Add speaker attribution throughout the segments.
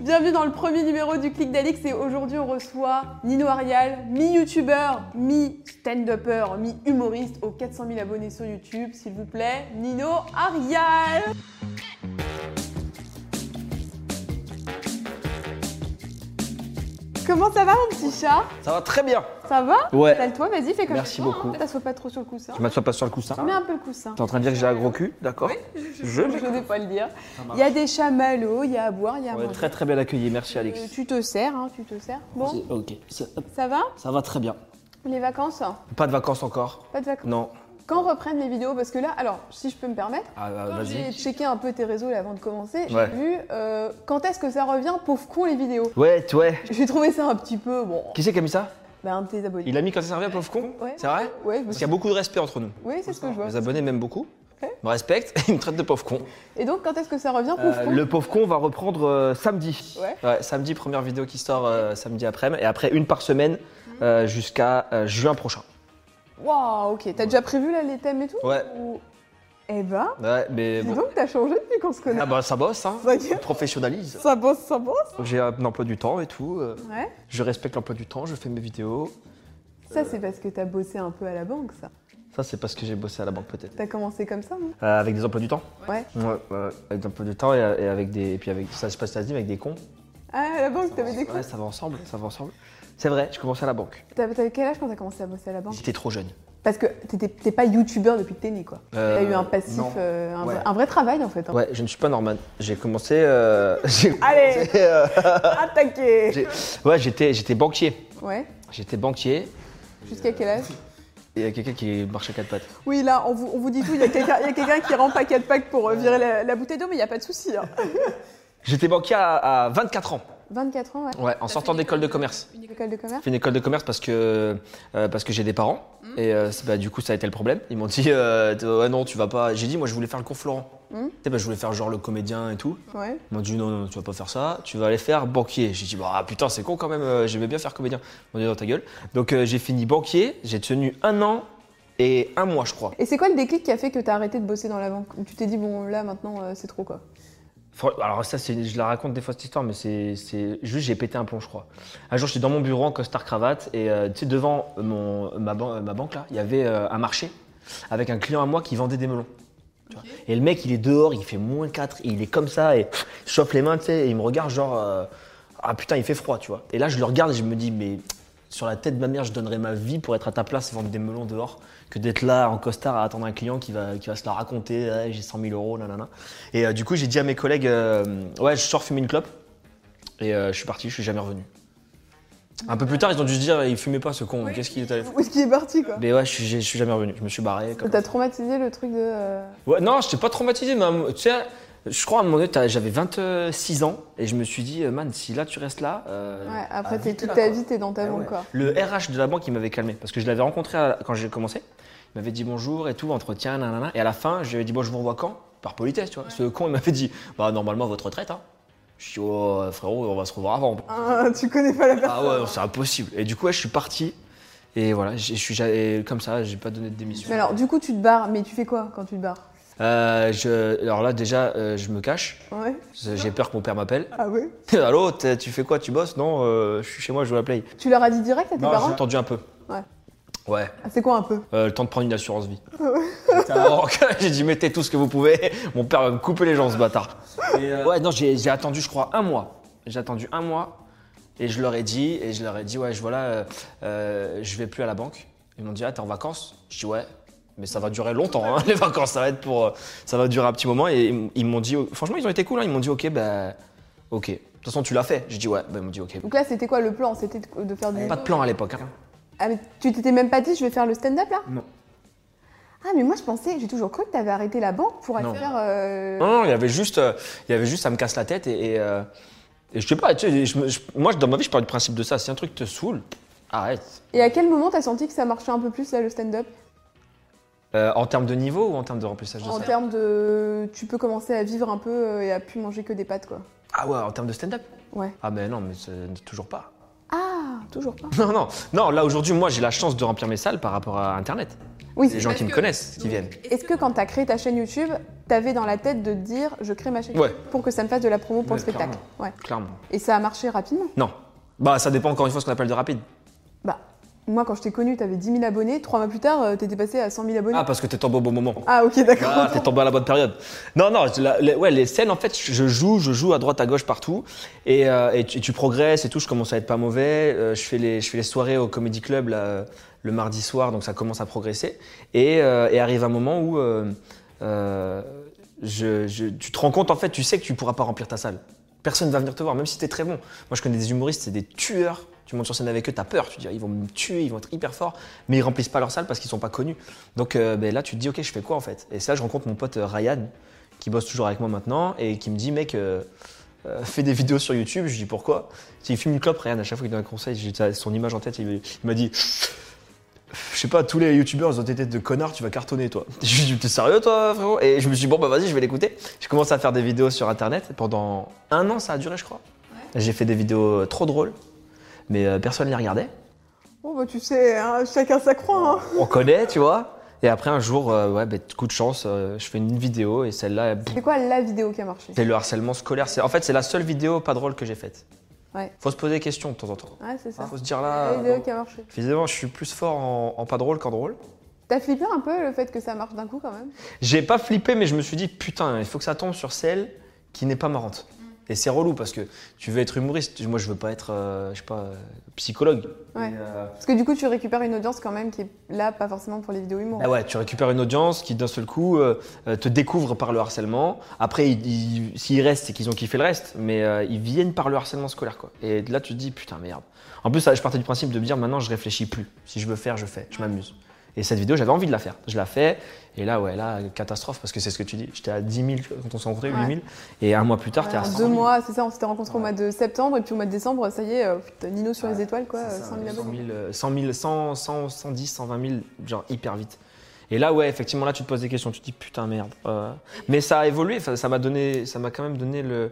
Speaker 1: Bienvenue dans le premier numéro du Clic d'Alix et aujourd'hui on reçoit Nino Arial, mi-youtubeur, mi-stand-upper, mi-humoriste aux 400 000 abonnés sur YouTube, s'il vous plaît, Nino Arial Comment ça va mon petit chat
Speaker 2: Ça va très bien.
Speaker 1: Ça va
Speaker 2: Ouais.
Speaker 1: Installe-toi, vas-y, fais comme
Speaker 2: Merci
Speaker 1: tu sens, hein.
Speaker 2: beaucoup.
Speaker 1: T'assois pas trop sur le coussin.
Speaker 2: Je m'assois pas sur le coussin.
Speaker 1: Mets un peu le coussin.
Speaker 2: T'es en train de dire que j'ai un gros cul, d'accord Je
Speaker 1: Je n'osais pas le dire. Il y a des chamallows, il y a à boire, il y a à
Speaker 2: On est
Speaker 1: manger.
Speaker 2: très très bien accueilli, merci
Speaker 1: Euh,
Speaker 2: Alex.
Speaker 1: tu te sers, hein, tu te sers. Bon,
Speaker 2: Ok, ça, hop,
Speaker 1: ça va
Speaker 2: ça va très bien.
Speaker 1: Les vacances hein.
Speaker 2: Pas de vacances encore
Speaker 1: Pas de vacances.
Speaker 2: Non.
Speaker 1: Quand reprennent les vidéos Parce que là, alors, si je peux me permettre,
Speaker 2: Ah, bah,
Speaker 1: quand j'ai
Speaker 2: vas-y.
Speaker 1: checké un peu tes réseaux là, avant de commencer, j'ai
Speaker 2: Ouais.
Speaker 1: vu euh, quand est-ce que ça revient, pauvre con, les vidéos.
Speaker 2: Ouais, tu- ouais.
Speaker 1: J'ai trouvé ça un petit peu, bon,
Speaker 2: Qui c'est qui a mis ça
Speaker 1: bah, un de tes abonnés.
Speaker 2: Il a mis quand ça servait, pauvre con
Speaker 1: Ouais.
Speaker 2: C'est vrai
Speaker 1: Ouais,
Speaker 2: Parce qu'il y a beaucoup de respect entre nous.
Speaker 1: oui, c'est ce que je vois.
Speaker 2: Mes abonnés m'aiment beaucoup.
Speaker 1: Ouais.
Speaker 2: Me respectent et ils me traitent de pauvre con.
Speaker 1: Et donc, quand est-ce que ça revient, pauvre
Speaker 2: Euh,
Speaker 1: con
Speaker 2: le pauvre con va reprendre euh, samedi.
Speaker 1: Ouais.
Speaker 2: Samedi, première vidéo qui sort euh, samedi après-midi. Et après, une par semaine euh, jusqu'à euh, juin prochain.
Speaker 1: Waouh, ok. T'as déjà prévu là les thèmes et tout
Speaker 2: Ouais.
Speaker 1: Ou- Eh ben,
Speaker 2: Ouais, mais
Speaker 1: dis
Speaker 2: bon.
Speaker 1: donc, t'as changé depuis qu'on se connaît.
Speaker 2: Ah bah ça bosse, hein.
Speaker 1: Ça y est.
Speaker 2: On professionnalise.
Speaker 1: Ça bosse, ça bosse.
Speaker 2: J'ai un emploi du temps et tout. euh,
Speaker 1: Ouais.
Speaker 2: Je respecte l'emploi du temps, je fais mes vidéos.
Speaker 1: Ça, c'est parce que t'as bossé un peu à la banque, ça.
Speaker 2: Ça, c'est parce que j'ai bossé à la banque peut-être.
Speaker 1: T'as commencé comme ça, non
Speaker 2: Euh, avec des emplois du temps
Speaker 1: Ouais.
Speaker 2: Ouais, ouais, avec des emplois du temps et, et avec des. Et puis avec. Ça, je passe la avec des cons.
Speaker 1: Ah, à la banque, t'avais des
Speaker 2: Ouais, ça va ensemble, ça va ensemble. C'est vrai, je commençais à la banque.
Speaker 1: T'avais t'avais quel âge quand t'as commencé à bosser à la banque
Speaker 2: J'étais trop jeune.
Speaker 1: Parce que t'étais- t'es pas youtubeur depuis que t'es né, quoi.
Speaker 2: Euh,
Speaker 1: T'as eu un passif,
Speaker 2: non.
Speaker 1: euh, un,
Speaker 2: Ouais.
Speaker 1: vrai, un vrai travail, en fait. hein.
Speaker 2: Ouais, je ne suis pas Norman. J'ai commencé. euh, j'ai-
Speaker 1: Allez.
Speaker 2: j'ai, euh,
Speaker 1: Attaqué
Speaker 2: j'ai- Ouais, j'étais j'étais banquier.
Speaker 1: Ouais.
Speaker 2: J'étais banquier
Speaker 1: Jusqu'à quel âge
Speaker 2: et il y a quelqu'un qui marche à quatre pattes.
Speaker 1: Oui, là, on vous, on vous dit tout. Il y a quelqu'un il y a quelqu'un qui rentre à 4 packs pour euh, virer la, la bouteille d'eau, mais il n'y a pas de souci. hein.
Speaker 2: J'étais banquier à, à 24 ans.
Speaker 1: 24 ans, ouais.
Speaker 2: Ouais, en sortant d'école de commerce.
Speaker 1: École de commerce
Speaker 2: J'ai fait une école de commerce parce que, euh, parce que j'ai des parents. Et euh, c'est- bah, du coup, ça a été le problème. Ils m'ont dit euh, t- Ouais, non, tu vas pas. J'ai dit Moi, je voulais faire le cours Florent.
Speaker 1: Mm.
Speaker 2: Tu sais, bah, je voulais faire genre le comédien et tout.
Speaker 1: Ouais.
Speaker 2: Ils m'ont dit non, non, tu vas pas faire ça, tu vas aller faire banquier. J'ai dit Bah putain, c'est con quand même, euh, j'aimais bien faire comédien. Ils m'ont dit Dans ta gueule. Donc euh, j'ai fini banquier, j'ai tenu un an et un mois, je crois.
Speaker 1: Et c'est quoi le déclic qui a fait que t'as arrêté de bosser dans la banque Ou Tu t'es dit, bon, là, maintenant, euh, c'est trop, quoi.
Speaker 2: Fr- Alors ça, c'est- je la raconte des fois cette histoire, mais c'est c'est juste j'ai pété un plomb, je crois. Un jour, j'étais dans mon bureau en costard cravate et euh, tu sais devant mon, ma, ban- ma banque là, il y avait euh, un marché avec un client à moi qui vendait des melons. tu vois. Et le mec, il est dehors, il fait moins 4, et il est comme ça et il chauffe les mains, tu sais, et il me regarde genre euh, ah putain, il fait froid, tu vois. Et là, je le regarde et je me dis mais sur la tête de ma mère, je donnerais ma vie pour être à ta place, vendre des melons dehors, que d'être là en costard à attendre un client qui va, qui va se la raconter, Ouais, j'ai 100 000 euros, nanana. Et euh, du coup, j'ai dit à mes collègues, euh, ouais, je sors fumer une clope. Et euh, je suis parti, je suis jamais revenu. Un peu plus tard, ils ont dû se dire, il fumait pas ce con, qu'est-ce qu'il est allé faire
Speaker 1: Où est-ce qu'il est parti, quoi
Speaker 2: Mais ouais, je suis, je suis jamais revenu, je me suis barré. Comme...
Speaker 1: T'as traumatisé le truc de. euh,
Speaker 2: Ouais, non, j'étais pas traumatisé, mais euh, tu sais, je crois à un moment donné, t'as- j'avais 26 ans et je me suis dit, euh, man, si là tu restes là. euh,
Speaker 1: Ouais,
Speaker 2: à
Speaker 1: après, t'es-
Speaker 2: vite,
Speaker 1: toute
Speaker 2: là,
Speaker 1: ta
Speaker 2: quoi.
Speaker 1: vie, t'es dans ta
Speaker 2: Ah
Speaker 1: banque,
Speaker 2: ouais.
Speaker 1: quoi.
Speaker 2: Le RH de la banque, il m'avait calmé parce que je l'avais rencontré à- quand j'ai commencé. Il m'avait dit bonjour et tout, entretien, nanana. Et à la fin, je lui avais dit bon, je vous revois quand Par politesse, tu vois. Ce con, il m'avait dit bah, normalement, votre retraite. Hein. Je suis oh, frérot, on va se revoir avant.
Speaker 1: Ah, tu connais pas la personne.
Speaker 2: ah ouais, c'est impossible. Et du coup, ouais, je suis parti. Et voilà, j'ai- je suis ja- et comme ça, j'ai pas donné de démission.
Speaker 1: Mais alors, du coup, tu te barres, mais tu fais quoi quand tu te barres
Speaker 2: Euh, je- alors là, déjà, euh, je me cache.
Speaker 1: Ah Ouais.
Speaker 2: J'ai peur que mon père m'appelle.
Speaker 1: Ah ouais
Speaker 2: Allô, t'es- tu fais quoi Tu bosses Non, euh, je suis chez moi, je joue à la play.
Speaker 1: Tu leur as dit direct à Ah, tes
Speaker 2: j'ai
Speaker 1: parents
Speaker 2: entendu un peu.
Speaker 1: Ouais.
Speaker 2: Ouais.
Speaker 1: Ah, C'est quoi un peu
Speaker 2: Euh, le temps de prendre une assurance vie. J'étais à la banque, j'ai dit mettez tout ce que vous pouvez. Mon père va me couper les gens ce bâtard. Ouais non j'ai j'ai attendu je crois un mois. J'ai attendu un mois et je leur ai dit et je leur ai dit ouais je voilà euh, euh, je vais plus à la banque. Ils m'ont dit ah t'es en vacances. Je dis ouais mais ça va durer longtemps hein, les vacances ça va être pour euh, ça va durer un petit moment et ils- ils m'ont dit franchement ils ont été cool hein. ils m'ont dit ok bah ok de toute façon tu l'as fait. Je dis ouais bah ils m'ont dit ok.
Speaker 1: Donc là, c'était quoi le plan C'était de de faire du.
Speaker 2: Pas de plan à l'époque. hein.
Speaker 1: Ah, mais tu t'étais même pas dit, je vais faire le stand-up là
Speaker 2: Non.
Speaker 1: Ah, mais moi, je pensais, j'ai toujours cru que t'avais arrêté la banque pour aller
Speaker 2: Non.
Speaker 1: faire. euh,
Speaker 2: Non, non, il y avait juste, euh, il y avait juste, ça me casse la tête et, et, euh, Et je sais pas, tu sais, je me- je- moi dans ma vie je pars du principe de ça. Si un truc te saoule, arrête.
Speaker 1: Et à quel moment t'as senti que ça marchait un peu plus là le stand-up
Speaker 2: Euh, en termes de niveau ou en termes de remplissage de
Speaker 1: En
Speaker 2: salle
Speaker 1: termes de. Tu peux commencer à vivre un peu euh, et à plus manger que des pâtes quoi.
Speaker 2: Ah ouais, en termes de stand-up
Speaker 1: Ouais.
Speaker 2: Ah ben non, mais c'est- toujours pas.
Speaker 1: Ah, toujours pas.
Speaker 2: Non, non, non, là aujourd'hui, moi j'ai la chance de remplir mes salles par rapport à Internet.
Speaker 1: Oui.
Speaker 2: Les gens qui me
Speaker 3: que-
Speaker 2: connaissent, qui
Speaker 3: Donc,
Speaker 2: viennent.
Speaker 1: Est-ce que quand t'as créé ta chaîne YouTube, t'avais dans la tête de te dire je crée ma chaîne
Speaker 2: Ouais.
Speaker 1: YouTube pour que ça me fasse de la promo pour
Speaker 2: Ouais,
Speaker 1: le spectacle Ouais.
Speaker 2: Clairement.
Speaker 1: Et ça a marché rapidement
Speaker 2: Non. Bah ça dépend encore une fois ce qu'on appelle de rapide.
Speaker 1: Bah, moi quand je t'ai connu, t'avais 10 000 abonnés. Trois mois plus tard, euh, t'étais passé à 100 000 abonnés.
Speaker 2: Ah, parce que t'es tombé au bon moment.
Speaker 1: Ah, ok, d'accord.
Speaker 2: Ah, t'es tombé à la bonne période. Non, non, je- la- les- ouais, les scènes, en fait, je joue, je joue à droite, à gauche, partout. Et, euh, et tu, tu progresses et tout, je commence à être pas mauvais. Euh, je, fais les, je fais les soirées au Comedy Club là, euh, le mardi soir, donc ça commence à progresser. Et, euh, et arrive un moment où euh, euh, je- je- tu te rends compte, en fait, tu sais que tu pourras pas remplir ta salle. Personne va venir te voir, même si t'es très bon. Moi, je connais des humoristes, c'est des tueurs. Tu montes sur scène avec eux, t'as peur. Tu te dis, ils vont me tuer, ils vont être hyper forts, mais ils remplissent pas leur salle parce qu'ils sont pas connus. Donc euh, ben là, tu te dis, ok, je fais quoi en fait Et ça, je rencontre mon pote euh, Ryan, qui bosse toujours avec moi maintenant, et qui me dit, mec, euh, euh, fais des vidéos sur YouTube. Je dis, pourquoi Il fume une clope, Ryan, à chaque fois qu'il donne un conseil, j'ai ça- son image en tête, il, il m'a dit, je sais pas, tous les youtubeurs ils ont des têtes de connards, tu vas cartonner toi. Je lui ai dit, t'es sérieux toi, frérot Et je me suis dit, bon, bah vas-y, je vais l'écouter. Je commence à faire des vidéos sur internet. Pendant un an, ça a duré, je crois. J'ai fait des vidéos euh, trop drôles, mais euh, personne les regardait
Speaker 1: Bon, bah, tu sais, hein, chacun sa croix. hein.
Speaker 2: on connaît, tu vois. Et après, un jour, euh, ouais, ben, coup de chance, euh, je fais une vidéo et celle-là, elle- boum,
Speaker 1: C'est quoi la vidéo qui a marché
Speaker 2: c'est le harcèlement scolaire. C'est- En fait, c'est la seule vidéo pas drôle que j'ai faite.
Speaker 1: Ouais.
Speaker 2: Faut se poser des questions de temps en temps.
Speaker 1: Ouais, c'est ça.
Speaker 2: Ah, Faut se dire là. euh,
Speaker 1: la vidéo
Speaker 2: bon,
Speaker 1: qui a marché.
Speaker 2: Finalement, je suis plus fort en, en pas drôle qu'en drôle.
Speaker 1: T'as flippé un peu le fait que ça marche d'un coup quand même
Speaker 2: J'ai pas flippé, mais je me suis dit, putain, il faut que ça tombe sur celle qui n'est pas marrante.
Speaker 1: Mm.
Speaker 2: Et c'est relou parce que tu veux être humoriste. Moi, je veux pas être, euh, je sais pas, euh, psychologue.
Speaker 1: Ouais.
Speaker 2: Et, euh,
Speaker 1: Parce que du coup, tu récupères une audience quand même qui est là, pas forcément pour les vidéos humour.
Speaker 2: Ah ouais, tu récupères une audience qui d'un seul coup euh, euh, te découvre par le harcèlement. Après, ils- ils- s'ils restent, c'est qu'ils ont kiffé le reste, mais euh, ils viennent par le harcèlement scolaire. Quoi. Et là, tu te dis, putain, merde. En plus, ça, je partais du principe de me dire, maintenant, je réfléchis plus. Si je veux faire, je fais, je m'amuse. Et cette vidéo, j'avais envie de la faire. Je la fais, et là, ouais, là, catastrophe, parce que c'est ce que tu dis. J'étais à 10 000 quand on s'est rencontrés, 8 000, et un mois plus tard,
Speaker 1: Ouais,
Speaker 2: t'es à
Speaker 1: en
Speaker 2: 100
Speaker 1: deux
Speaker 2: 000.
Speaker 1: mois, c'est ça, on s'était rencontrés au mois de septembre et puis au mois de décembre, ça y est, euh, putain, Nino sur les
Speaker 2: Ouais,
Speaker 1: étoiles, quoi,
Speaker 2: C'est
Speaker 1: euh,
Speaker 2: ça,
Speaker 1: 100 000 abonnés.
Speaker 2: 100 000, euh, 100 000, 100, 100, 110, 120 000, genre hyper vite. Et là, ouais, effectivement, là, tu te poses des questions, tu te dis putain merde. euh. mais ça a évolué, enfin, ça m'a donné, ça m'a quand même donné le,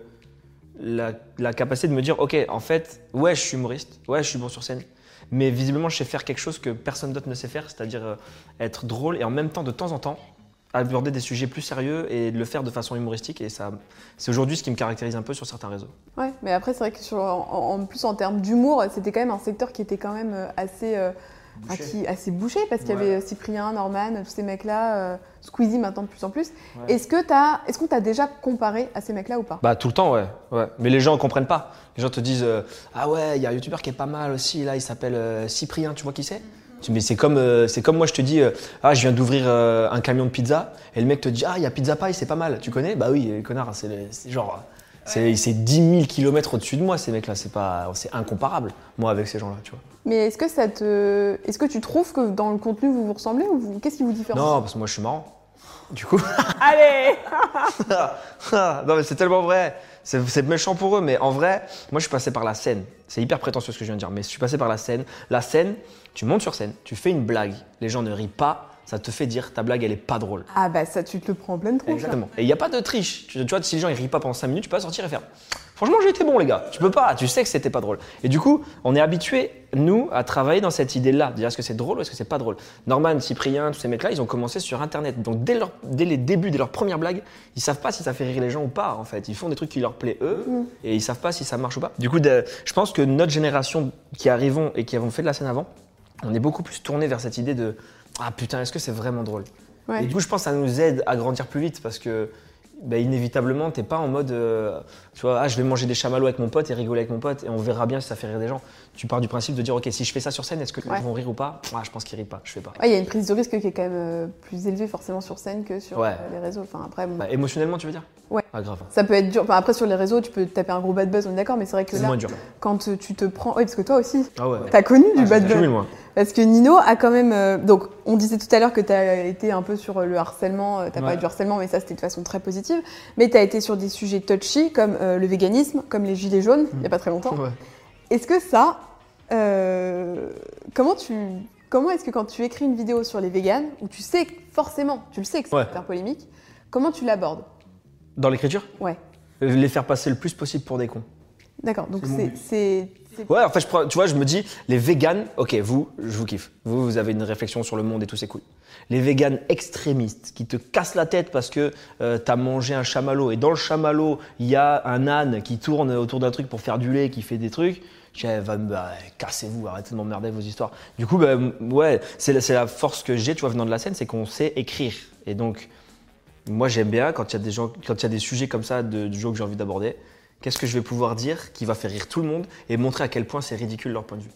Speaker 2: la, la capacité de me dire, ok, en fait, ouais, je suis humoriste, ouais, je suis bon sur scène, mais visiblement, je sais faire quelque chose que personne d'autre ne sait faire, c'est-à-dire euh, être drôle et en même temps, de temps en temps, aborder des sujets plus sérieux et de le faire de façon humoristique. Et ça, c'est aujourd'hui ce qui me caractérise un peu sur certains réseaux.
Speaker 1: Ouais, mais après, c'est vrai que sur, en, en plus en termes d'humour, c'était quand même un secteur qui était quand même euh, assez, euh, ah, qui- assez bouché parce qu'il y
Speaker 2: Ouais.
Speaker 1: avait euh, Cyprien, Norman, tous ces mecs-là, euh, Squeezie maintenant de plus en plus.
Speaker 2: Ouais.
Speaker 1: Est-ce que t'as, est-ce qu'on t'a déjà comparé à ces mecs-là ou pas
Speaker 2: Bah tout le temps, ouais. ouais. Mais les gens comprennent pas. Les gens te disent euh, ah ouais, il y a un youtubeur qui est pas mal aussi là, il s'appelle euh, Cyprien, tu vois qui c'est Tu- Mais c'est comme euh, c'est comme moi je te dis euh, ah je viens d'ouvrir euh, un camion de pizza et le mec te dit ah il y a Pizza Pie, c'est pas mal. Tu connais Bah oui, les connards, c'est le- c'est genre c'est c'est 10 000 kilomètres au-dessus de moi ces mecs là, c'est pas c'est incomparable moi avec ces gens là, tu vois.
Speaker 1: Mais est-ce que ça te, est-ce que tu trouves que dans le contenu vous vous ressemblez ou vous- qu'est-ce qui vous différencie
Speaker 2: Non, parce que moi je suis marrant. Du coup
Speaker 1: Allez,
Speaker 2: Ah, non mais c'est tellement vrai. C'est c'est méchant pour eux, mais en vrai, moi je suis passé par la scène. C'est hyper prétentieux ce que je viens de dire, mais je suis passé par la scène. La scène, tu montes sur scène, tu fais une blague, les gens ne rient pas, ça te fait dire ta blague elle est pas drôle.
Speaker 1: ah bah ça, tu te le prends en pleine tronche.
Speaker 2: Exactement. Et il n'y a pas de triche. Tu, tu vois, si les gens ils rient pas pendant 5 minutes, tu peux pas sortir et faire. Franchement, j'ai été bon, les gars. Tu peux pas. Tu sais que c'était pas drôle. Et du coup, on est habitué, nous, à travailler dans cette idée-là. Dire est-ce que c'est drôle ou est-ce que c'est pas drôle. Norman, Cyprien, tous ces mecs-là, ils ont commencé sur Internet. Donc dès, leur- dès les débuts, dès leurs premières blagues, ils savent pas si ça fait rire les gens ou pas, en fait. Ils font des trucs qui leur plaît eux et ils savent pas si ça marche ou pas. Du coup, de- je pense que notre génération qui arrivons et qui avons fait de la scène avant, on est beaucoup plus tourné vers cette idée de ah putain, est-ce que c'est vraiment drôle
Speaker 1: Ouais.
Speaker 2: et du coup, je pense que ça nous aide à grandir plus vite parce que bah, inévitablement, t'es pas en mode, euh, tu vois, ah, je vais manger des chamallows avec mon pote et rigoler avec mon pote et on verra bien si ça fait rire des gens. Tu pars du principe de dire, ok, si je fais ça sur scène, est-ce que les
Speaker 1: Ouais.
Speaker 2: gens vont rire ou pas Ah, je pense qu'ils rient pas, je fais pas.
Speaker 1: Ouais, il y a une prise de risque qui est quand même euh, plus élevée forcément sur scène que sur
Speaker 2: Ouais.
Speaker 1: euh, les réseaux. Enfin après, bon,
Speaker 2: Bah, émotionnellement, tu veux dire
Speaker 1: Ouais.
Speaker 2: Ah, grave.
Speaker 1: Ça peut être dur. Enfin, après, sur les réseaux, tu peux te taper un gros bad buzz, on est d'accord, mais c'est vrai que
Speaker 2: C'est
Speaker 1: là,
Speaker 2: moins dur.
Speaker 1: quand euh, tu te prends. Oui, parce que toi aussi,
Speaker 2: Ah ouais.
Speaker 1: t'as connu
Speaker 2: Ah,
Speaker 1: du
Speaker 2: j'ai
Speaker 1: bad
Speaker 2: tout mis,
Speaker 1: buzz.
Speaker 2: moi.
Speaker 1: Parce que Nino a quand même. euh, donc, on disait tout à l'heure que t'as été un peu sur le harcèlement. euh, T'as parlé
Speaker 2: Ouais.
Speaker 1: du harcèlement, mais ça, c'était de façon très positive. Mais t'as été sur des sujets touchy, comme euh, le véganisme, comme les gilets jaunes, il y a pas très longtemps.
Speaker 2: Ouais.
Speaker 1: Est-ce que ça, euh, comment tu, comment est-ce que quand tu écris une vidéo sur les véganes, où tu sais que- forcément, tu le sais que ça
Speaker 2: Ouais.
Speaker 1: va faire polémique, comment tu l'abordes
Speaker 2: Dans l'écriture
Speaker 1: Ouais,
Speaker 2: Euh, Les faire passer le plus possible pour des cons.
Speaker 1: d'accord. Donc
Speaker 2: C'est mon
Speaker 1: c'est,
Speaker 2: but.
Speaker 1: c'est, c'est-
Speaker 2: Ouais, en fait, je prends- tu vois, je me dis, les véganes, ok, vous, je vous kiffe. Vous, vous avez une réflexion sur le monde et tout, c'est cool. Les véganes extrémistes qui te cassent la tête parce que euh, t'as mangé un chamallow et dans le chamallow, il y a un âne qui tourne autour d'un truc pour faire du lait, qui fait des trucs. Je dis, eh, va- bah, cassez-vous, arrêtez de m'emmerder avec vos histoires. Du coup, bah, ouais, c'est la, c'est la force que j'ai, tu vois, venant de la scène, c'est qu'on sait écrire. Et donc, moi, j'aime bien quand il y a des gens, quand il y a des sujets comme ça de- du jour que j'ai envie d'aborder. Qu'est-ce que je vais pouvoir dire qui va faire rire tout le monde et montrer à quel point c'est ridicule leur point de vue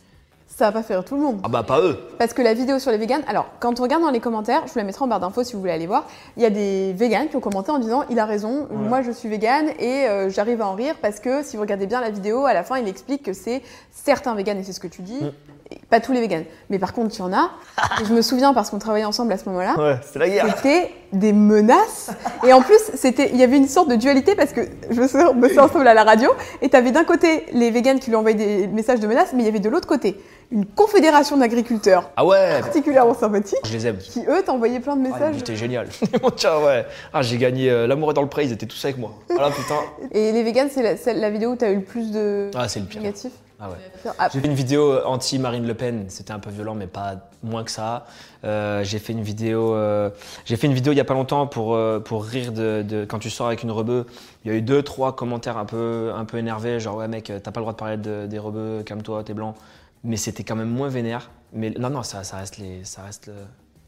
Speaker 1: ça va pas faire tout le monde.
Speaker 2: Ah bah pas eux
Speaker 1: Parce que la vidéo sur les véganes, alors quand on regarde dans les commentaires, je vous la mettrai en barre d'infos si vous voulez aller voir, il y a des véganes qui ont commenté en disant il a raison,
Speaker 2: Voilà.
Speaker 1: moi je suis végane et euh, j'arrive à en rire parce que si vous regardez bien la vidéo, à la fin il explique que c'est certains véganes, et c'est ce que tu dis,
Speaker 2: Mm.
Speaker 1: et pas tous les véganes. Mais par contre, il y en a, et je me souviens parce qu'on travaillait ensemble à ce moment-là,
Speaker 2: Ouais, c'est la guerre
Speaker 1: c'était des menaces. Et en plus, c'était, il y avait une sorte de dualité parce que je me souviens, on bossait ensemble à la radio et tu avais d'un côté les véganes qui lui envoyaient des messages de menaces, mais il y avait de l'autre côté une confédération d'agriculteurs
Speaker 2: Ah ouais
Speaker 1: particulièrement sympathiques
Speaker 2: Je les aime.
Speaker 1: qui, eux, t'envoyaient plein de
Speaker 2: Ah,
Speaker 1: messages.
Speaker 2: c'était génial. Tiens, ouais. Ah, j'ai gagné euh, l'amour est dans le pré, ils étaient tous avec moi. Ah là, putain.
Speaker 1: et les véganes, c'est la, celle- la vidéo où tu as eu le plus de
Speaker 2: Ah, c'est le pire.
Speaker 1: négatifs.
Speaker 2: Ah ouais.
Speaker 1: Ah,
Speaker 2: J'ai fait une vidéo anti-Marine Le Pen, c'était un peu violent, mais pas moins que ça. Euh, j'ai fait une vidéo, euh, j'ai fait une vidéo il y a pas longtemps pour euh, pour rire de, de- quand tu sors avec une rebeu. Il y a eu deux trois commentaires un peu un peu énervés, genre ouais mec, t'as pas le droit de parler de- des rebeux, calme-toi, t'es blanc. Mais c'était quand même moins vénère. Mais non non, ça ça reste les ça reste le-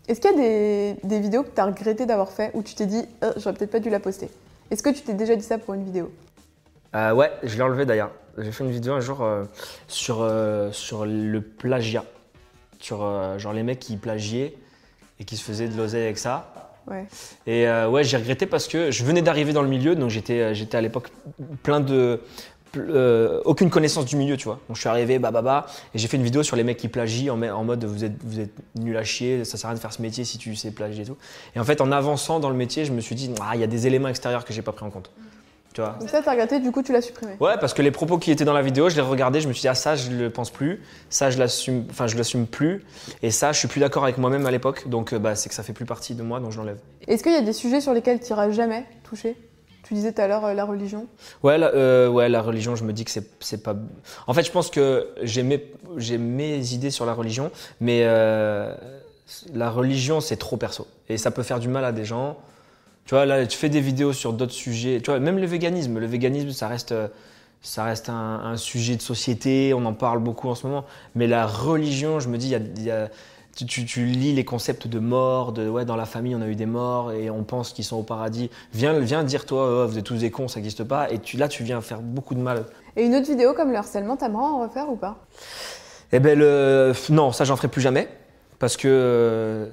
Speaker 1: Est-ce qu'il y a des, des vidéos que tu as regretté d'avoir fait où tu t'es dit Euh, j'aurais peut-être pas dû la poster Est-ce que tu t'es déjà dit ça pour une vidéo
Speaker 2: Euh, ouais, je l'ai enlevé d'ailleurs. J'ai fait une vidéo un jour euh, sur, euh, sur le plagiat. Sur euh, genre les mecs qui plagiaient et qui se faisaient de l'oseille avec ça.
Speaker 1: Ouais.
Speaker 2: Et euh, ouais, j'ai regretté parce que je venais d'arriver dans le milieu, donc j'étais euh, j'étais à l'époque plein de. pl- euh, aucune connaissance du milieu, tu vois. Donc je suis arrivé, bah bah bah, et j'ai fait une vidéo sur les mecs qui plagient en, ma- en mode vous êtes, vous êtes nul à chier, ça sert à rien de faire ce métier si tu sais plagier et tout. Et en fait, en avançant dans le métier, je me suis dit, Ah, il y a des éléments extérieurs que j'ai pas pris en compte. Tu vois,
Speaker 1: Donc ça, t'as regretté, du coup, tu l'as supprimé.
Speaker 2: Ouais, parce que les propos qui étaient dans la vidéo, je les regardais, je me suis dit ah ça je le pense plus, ça je l'assume, enfin je l'assume plus, et ça je suis plus d'accord avec moi-même à l'époque, donc euh, bah c'est que ça fait plus partie de moi, donc je l'enlève.
Speaker 1: Est-ce qu'il y a des sujets sur lesquels tu n'iras jamais toucher Tu disais tout à l'heure euh, la religion.
Speaker 2: Ouais, la, euh, ouais, la religion, je me dis que c'est c'est pas. En fait, je pense que j'ai mes j'ai mes idées sur la religion, mais euh, la religion c'est trop perso, et ça peut faire du mal à des gens. Tu vois, là, tu fais des vidéos sur d'autres sujets. Tu vois, même le véganisme. Le véganisme, ça reste, euh, ça reste un, un sujet de société. On en parle beaucoup en ce moment. Mais la religion, je me dis, il y a- il y a- tu, tu- tu lis les concepts de mort, de ouais, dans la famille, on a eu des morts et on pense qu'ils sont au paradis. Viens, viens dire, toi, oh, vous êtes tous des cons, ça n'existe pas. Et tu, là, tu viens faire beaucoup de mal.
Speaker 1: Et une autre vidéo comme le harcèlement, t'aimerais en refaire ou pas
Speaker 2: Eh ben, le... non, ça, j'en ferai plus jamais. Parce que euh,